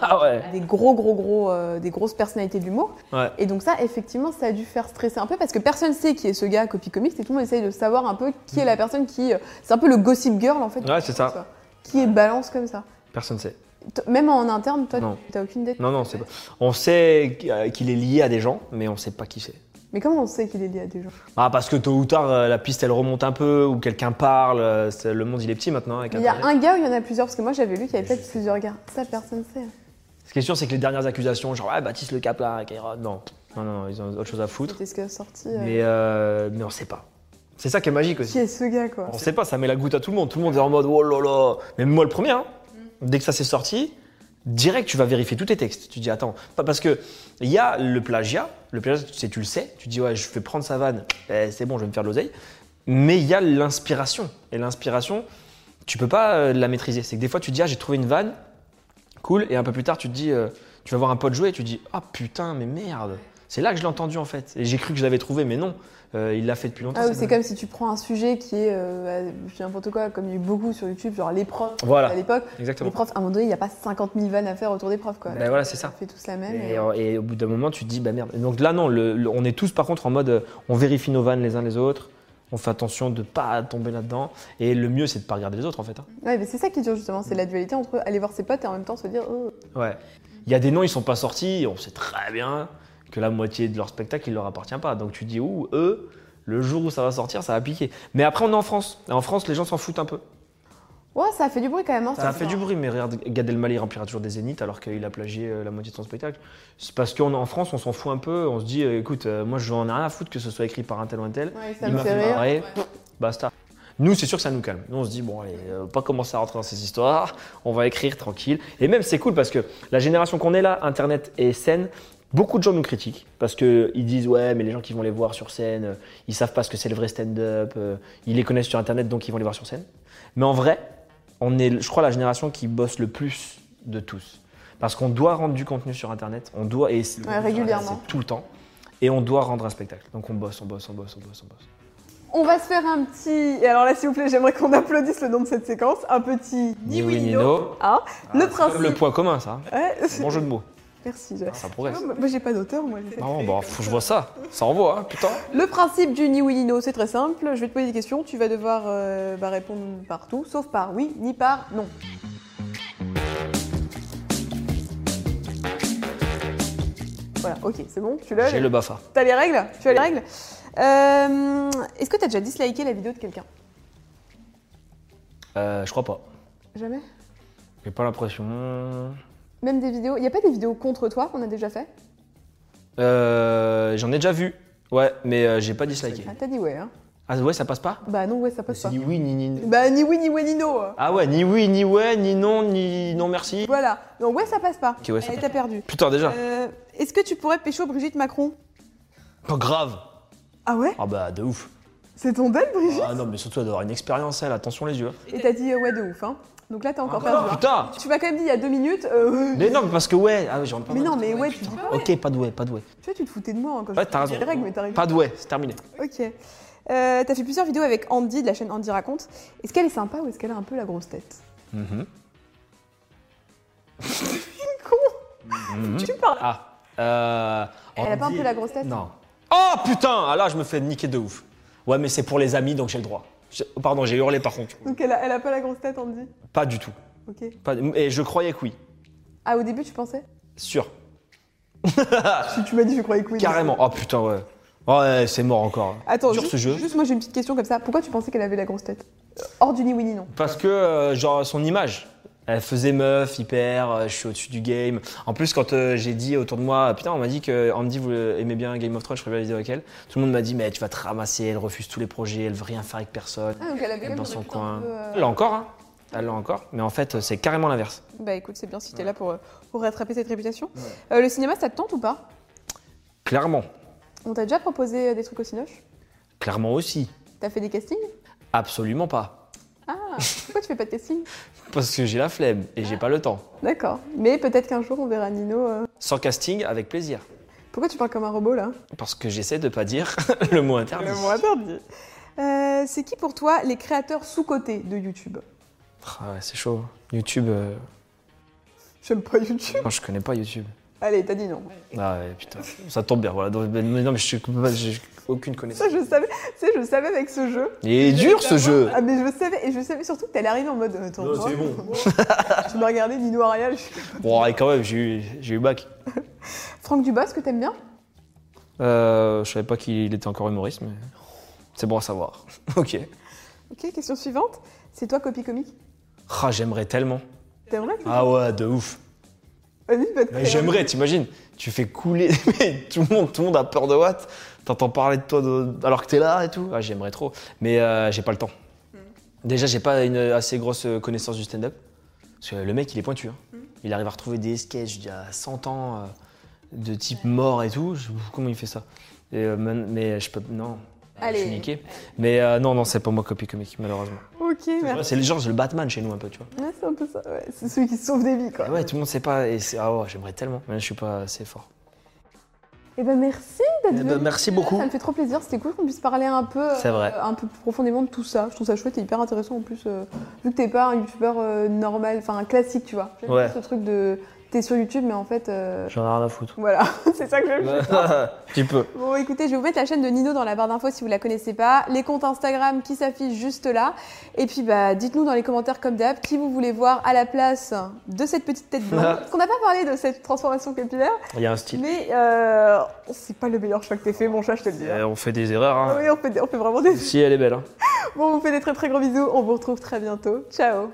Speaker 2: Ah ouais.
Speaker 1: à des gros, gros, gros, euh, des grosses personnalités de l'humour.
Speaker 2: Ouais.
Speaker 1: Et donc, ça, effectivement, ça a dû faire stresser un peu parce que personne sait qui est ce gars à Copy Comics et tout le monde essaye de savoir un peu qui est la personne qui. euh, C'est un peu le gossip girl en fait.
Speaker 2: Mm. Ouais, c'est ça.
Speaker 1: Qui est balance comme ça.
Speaker 2: Personne sait.
Speaker 1: T- Même en interne, toi,
Speaker 2: Non.
Speaker 1: t'as aucune idée.
Speaker 2: Non, non, c'est pas. On sait euh, qu'il est lié à des gens, mais on sait pas qui c'est.
Speaker 1: Mais comment on sait qu'il est lié à des gens
Speaker 2: Ah, parce que tôt ou tard, euh, la piste elle remonte un peu, ou quelqu'un parle. euh, c'est- Le monde il est petit maintenant. Avec
Speaker 1: Mais Il y a
Speaker 2: Internet.
Speaker 1: un gars ou il y en a plusieurs Parce que moi j'avais lu qu'il y avait
Speaker 2: Je
Speaker 1: peut-être
Speaker 2: sais
Speaker 1: plusieurs gars. Ça personne sait. hein.
Speaker 2: Ce qui est sûr, c'est que les dernières accusations, genre, ah, Baptiste Le Cap là, Kaira, non. non, non, ils ont autre chose à foutre.
Speaker 1: C'était ce qui a sorti. euh,
Speaker 2: Mais, euh, mais on sait pas. C'est ça qui est magique
Speaker 1: Qui
Speaker 2: aussi.
Speaker 1: est ce gars quoi
Speaker 2: On sait pas, ça met la goutte à tout le monde. Tout le monde est en mode, oh là là. Même moi le premier, hein.
Speaker 1: Mm.
Speaker 2: dès que ça s'est sorti, direct tu vas vérifier tous tes textes. Tu dis, attends, pas parce que il y a le plagiat, le plagiat, c'est tu le sais, tu dis, ouais, je vais prendre sa vanne, Eh, c'est bon, je vais me faire de l'oseille. Mais il y a l'inspiration. Et l'inspiration, tu peux pas euh, la maîtriser. C'est que des fois tu dis, ah, j'ai trouvé une vanne, cool, et un peu plus tard tu te dis, euh, tu vas voir un pote jouer et tu dis, ah putain, mais merde. C'est là que je l'ai entendu en fait. Et j'ai cru que je l'avais trouvé, mais non. Euh, il l'a fait depuis longtemps.
Speaker 1: Ah oui,
Speaker 2: cette
Speaker 1: c'est
Speaker 2: vanne.
Speaker 1: comme si tu prends un sujet qui est, euh, je dis n'importe quoi, comme il y a eu beaucoup sur YouTube, genre les profs
Speaker 2: Voilà.
Speaker 1: à l'époque. Les
Speaker 2: Exactement.
Speaker 1: profs, à un moment donné, il n'y a pas 50 000 vannes à faire autour des profs quoi.
Speaker 2: Ben voilà, c'est ça.
Speaker 1: On fait tous la même.
Speaker 2: Et,
Speaker 1: et-
Speaker 2: et au bout d'un moment, tu te dis, bah merde. Et donc là, non, le- le- on est tous par contre en mode, euh, on vérifie nos vannes les uns les autres, on fait attention de pas tomber là-dedans. Et le mieux, c'est de pas regarder les autres en fait. hein.
Speaker 1: Ouais, mais c'est ça qui est dur justement, c'est la dualité entre aller voir ses potes et en même temps se dire oh,
Speaker 2: Ouais. Il y a des noms, ils sont pas sortis, on sait très bien que la moitié de leur spectacle, il leur appartient pas. Donc tu dis, ouh, eux, le jour où ça va sortir, ça va piquer. Mais après, on est en France. Et en France, les gens s'en foutent un peu.
Speaker 1: ouais, ça a fait du bruit quand même. hein,
Speaker 2: Ça a fait
Speaker 1: sort.
Speaker 2: du bruit, mais regarde, Gad Elmaleh il remplira toujours des zéniths alors qu'il a plagié euh, la moitié de son spectacle. C'est parce qu'en en France, on s'en fout un peu, on se dit, euh, écoute, euh, moi, je n'en ai rien à foutre que ce soit écrit par un tel ou un tel.
Speaker 1: Ouais, ça
Speaker 2: Il
Speaker 1: me
Speaker 2: m'a
Speaker 1: fait
Speaker 2: fait
Speaker 1: rire.
Speaker 2: marrer. Basta. Nous, c'est sûr que ça nous calme. Nous, on se dit, bon, allez, euh, pas commencer à rentrer dans ces histoires. On va écrire tranquille. Et même, c'est cool parce que la génération qu'on est là, Internet et scène, beaucoup de gens nous critiquent parce qu'ils disent, ouais, mais les gens qui vont les voir sur scène, euh, ils savent pas ce que c'est le vrai stand-up. euh, Ils les connaissent sur Internet, donc ils vont les voir sur scène. Mais en vrai, on est, je crois, la génération qui bosse le plus de tous. Parce qu'on doit rendre du contenu sur Internet. On doit, et c'est-
Speaker 1: Ouais, régulièrement.
Speaker 2: C'est tout le temps. Et on doit rendre un spectacle. Donc on bosse, on bosse, on bosse, on bosse, on bosse.
Speaker 1: On va se faire un petit. Et alors là, s'il vous plaît, j'aimerais qu'on applaudisse le nom de cette séquence. Un petit
Speaker 2: Ni
Speaker 1: ni
Speaker 2: oui,
Speaker 1: oui
Speaker 2: ni
Speaker 1: ni
Speaker 2: non.
Speaker 1: non. Hein
Speaker 2: Ah,
Speaker 1: le
Speaker 2: c'est comme
Speaker 1: principe.
Speaker 2: Le point commun, ça. hein.
Speaker 1: Ouais.
Speaker 2: Bon jeu de mots.
Speaker 1: Merci. je-
Speaker 2: Ça progresse.
Speaker 1: Moi, j'ai pas d'auteur, moi. j'ai-
Speaker 2: Non, bah, faut que je vois ça. Ça envoie, hein, putain.
Speaker 1: Le principe du ni oui ni non, c'est très simple. Je vais te poser des questions, tu vas devoir euh, bah, répondre partout, sauf par oui ni par non. Voilà, ok, c'est bon, tu l'as.
Speaker 2: J'ai le BAFA.
Speaker 1: T'as les règles Tu as les règles Euh, Est-ce que t'as déjà disliké la vidéo de quelqu'un
Speaker 2: Euh, je crois pas.
Speaker 1: Jamais
Speaker 2: J'ai pas l'impression.
Speaker 1: Même des vidéos. Il a pas des vidéos contre toi qu'on a déjà fait
Speaker 2: Euh, J'en ai déjà vu. Ouais, mais euh, j'ai pas disliké.
Speaker 1: Ah, t'as dit ouais, hein
Speaker 2: Ah ouais, ça passe pas
Speaker 1: Bah non, ouais, ça passe
Speaker 2: C'est
Speaker 1: pas.
Speaker 2: Ni oui, ni, ni- ni.
Speaker 1: Bah ni oui, ni ouais, ni non hein.
Speaker 2: Ah ouais, ni oui, ni ouais, ni non, ni non merci.
Speaker 1: Voilà, donc ouais, ça passe pas.
Speaker 2: Ok, ouais, ça
Speaker 1: Eh,
Speaker 2: passe.
Speaker 1: T'as perdu.
Speaker 2: Putain, déjà.
Speaker 1: Euh, Est-ce que tu pourrais pécho Brigitte Macron
Speaker 2: Pas grave.
Speaker 1: Ah ouais
Speaker 2: Ah bah, de ouf.
Speaker 1: C'est ton date, Brigitte
Speaker 2: Ah non, mais surtout, elle doit avoir une expérience, elle. Attention les yeux.
Speaker 1: Et t'as dit euh, ouais de ouf, hein. Donc là, t'as encore
Speaker 2: Ah,
Speaker 1: perdu. hein.
Speaker 2: putain
Speaker 1: Tu m'as quand même dit il y a deux minutes. euh,
Speaker 2: Mais non, mais parce que ouais. Ah, oui, j'en ai pas
Speaker 1: mais
Speaker 2: mal.
Speaker 1: non, mais ouais, tu dis pas ouais.
Speaker 2: Ok, pas de ouais, pas de ouais.
Speaker 1: Tu vois, tu te foutais de moi hein, quand
Speaker 2: Ouais,
Speaker 1: je
Speaker 2: t'as
Speaker 1: te disais
Speaker 2: raison.
Speaker 1: les règles, mais t'arrives.
Speaker 2: Pas de ouais, c'est terminé.
Speaker 1: Ok. Euh, t'as fait plusieurs vidéos avec Andy de la chaîne Andy Raconte. Est-ce qu'elle est sympa ou est-ce qu'elle a un peu la grosse tête
Speaker 2: Mhm.
Speaker 1: Con
Speaker 2: Mhm.
Speaker 1: Tu parles
Speaker 2: Ah. Euh,
Speaker 1: Elle a pas un
Speaker 2: Andy-
Speaker 1: peu la grosse tête
Speaker 2: Non. Oh putain Ah là, je me fais niquer de ouf. Ouais, mais c'est pour les amis, donc j'ai le droit. J'ai- oh, Pardon, j'ai hurlé par contre.
Speaker 1: Donc elle a, elle a pas la grosse tête, Andy
Speaker 2: Pas du tout.
Speaker 1: Ok.
Speaker 2: Pas- Et je croyais que oui.
Speaker 1: Ah, au début, tu pensais
Speaker 2: Sûr.
Speaker 1: Si tu m'as dit, je croyais que oui.
Speaker 2: Carrément. Oh putain, ouais. Ouais, c'est mort encore.
Speaker 1: Attends,
Speaker 2: Dur,
Speaker 1: juste,
Speaker 2: ce jeu.
Speaker 1: juste moi j'ai une petite question comme ça. Pourquoi tu pensais qu'elle avait la grosse tête Euh, Hors du ni oui ni non.
Speaker 2: Parce que, euh, genre, son image. Elle faisait meuf, hyper, euh, je suis au-dessus du game. En plus, quand euh, j'ai dit autour de moi, putain, on m'a dit que Andy voulait- aimait bien Game of Thrones, je ferais bien la vidéo avec elle. Tout le monde m'a dit, mais tu vas te ramasser, elle refuse tous les projets, elle veut rien faire avec personne.
Speaker 1: Ah, donc elle avait
Speaker 2: Elle est dans son coin. Elle
Speaker 1: peu. euh,
Speaker 2: l'a encore, hein. Elle l'a encore. Mais en fait, c'est carrément l'inverse.
Speaker 1: Bah écoute, c'est bien si t'es là pour, euh, pour rattraper cette réputation. Euh, le cinéma, ça te tente ou pas
Speaker 2: Clairement.
Speaker 1: On t'a déjà proposé euh, des trucs au cinoche
Speaker 2: Clairement aussi.
Speaker 1: T'as fait des castings
Speaker 2: Absolument pas.
Speaker 1: Ah Pourquoi tu fais pas de casting
Speaker 2: Parce que j'ai la flemme et j'ai pas le temps.
Speaker 1: D'accord. Mais peut-être qu'un jour on verra Nino. euh.
Speaker 2: Sans casting, avec plaisir.
Speaker 1: Pourquoi tu parles comme un robot là
Speaker 2: Parce que j'essaie de pas dire le mot interdit.
Speaker 1: Le mot interdit. Euh, c'est qui pour toi les créateurs sous-cotés de YouTube
Speaker 2: Ah ouais, c'est chaud. YouTube. euh,
Speaker 1: J'aime pas YouTube.
Speaker 2: Non, je connais pas YouTube.
Speaker 1: Allez, t'as dit non.
Speaker 2: Ah ouais, putain. Ça tombe bien, voilà. Donc, mais Non, mais je suis- j'ai aucune
Speaker 1: Ça,
Speaker 2: connaissance.
Speaker 1: je savais, tu sais, je savais avec ce jeu.
Speaker 2: Il est dur ce jeu
Speaker 1: Ah mais je savais, et je savais surtout que t'allais arriver en mode euh, attends.
Speaker 2: Non, c'est
Speaker 1: moi, tu m'as regardé Nino Arial. je-
Speaker 2: Bon, ouais, quand même, j'ai eu, j'ai eu bac.
Speaker 1: Franck Dubosc que t'aimes bien
Speaker 2: Euh, je savais pas qu'il était encore humoriste, mais. C'est bon à savoir. ok.
Speaker 1: Ok, question suivante. C'est toi copie comique
Speaker 2: Ah, j'aimerais tellement.
Speaker 1: T'aimerais toi
Speaker 2: Ah ouais, de ouf.
Speaker 1: Vas-y, va te
Speaker 2: Mais
Speaker 1: créer.
Speaker 2: j'aimerais, t'imagines Tu fais couler mais tout le monde, tout le monde a peur de Watt. T'entends parler de toi de- alors que t'es là et tout. Ah, j'aimerais trop. Mais euh, j'ai pas le temps.
Speaker 1: Mm.
Speaker 2: Déjà, j'ai pas une assez grosse connaissance du stand-up. Parce que le mec, il est pointu. hein.
Speaker 1: Mm.
Speaker 2: Il arrive à retrouver des sketchs d'il y a 100 ans euh, de type mort et tout. Je- Comment il fait ça Et, euh, man- Mais je peux. Non. Ah, Je
Speaker 1: Allez.
Speaker 2: suis niqué. Mais euh, non, non, c'est pas moi copie comique, malheureusement.
Speaker 1: Ok, merci.
Speaker 2: C'est le genre, c'est le Batman chez nous un peu, tu vois.
Speaker 1: Ouais, c'est un peu ça, ouais. C'est celui qui sauve des vies, quoi.
Speaker 2: Ah Ouais, tout le monde sait pas. Et c'est- ah ouais, j'aimerais tellement. Mais je suis pas assez fort.
Speaker 1: Et ben merci d'être
Speaker 2: Eh
Speaker 1: venu.
Speaker 2: ben, merci beaucoup.
Speaker 1: Ça me fait trop plaisir, c'était cool qu'on puisse parler un peu,
Speaker 2: C'est vrai.
Speaker 1: euh, un peu plus profondément de tout ça. Je trouve ça chouette et hyper intéressant en plus, euh, vu que t'es pas un youtubeur euh, normal, enfin un classique, tu vois. J'aime
Speaker 2: Ouais.
Speaker 1: bien ce truc de t'es sur YouTube, mais en fait, euh,
Speaker 2: J'en ai rien à foutre.
Speaker 1: voilà, c'est ça que j'aime.
Speaker 2: tu peux.
Speaker 1: Bon, écoutez, je vais vous mettre la chaîne de Nino dans la barre d'infos si vous la connaissez pas, les comptes Instagram qui s'affichent juste là, et puis bah dites-nous dans les commentaires comme d'hab qui vous voulez voir à la place de cette petite tête blonde. Parce qu'on n'a pas parlé de cette transformation capillaire,
Speaker 2: Il y a un style.
Speaker 1: mais euh, c'est pas le meilleur choix que t'aies fait, mon chat, je te le dis.
Speaker 2: Euh, on fait des erreurs. hein.
Speaker 1: Oui, on fait, des- on fait vraiment des.
Speaker 2: Si elle est belle. hein.
Speaker 1: Bon, on vous fait des très très gros bisous. On vous retrouve très bientôt. Ciao.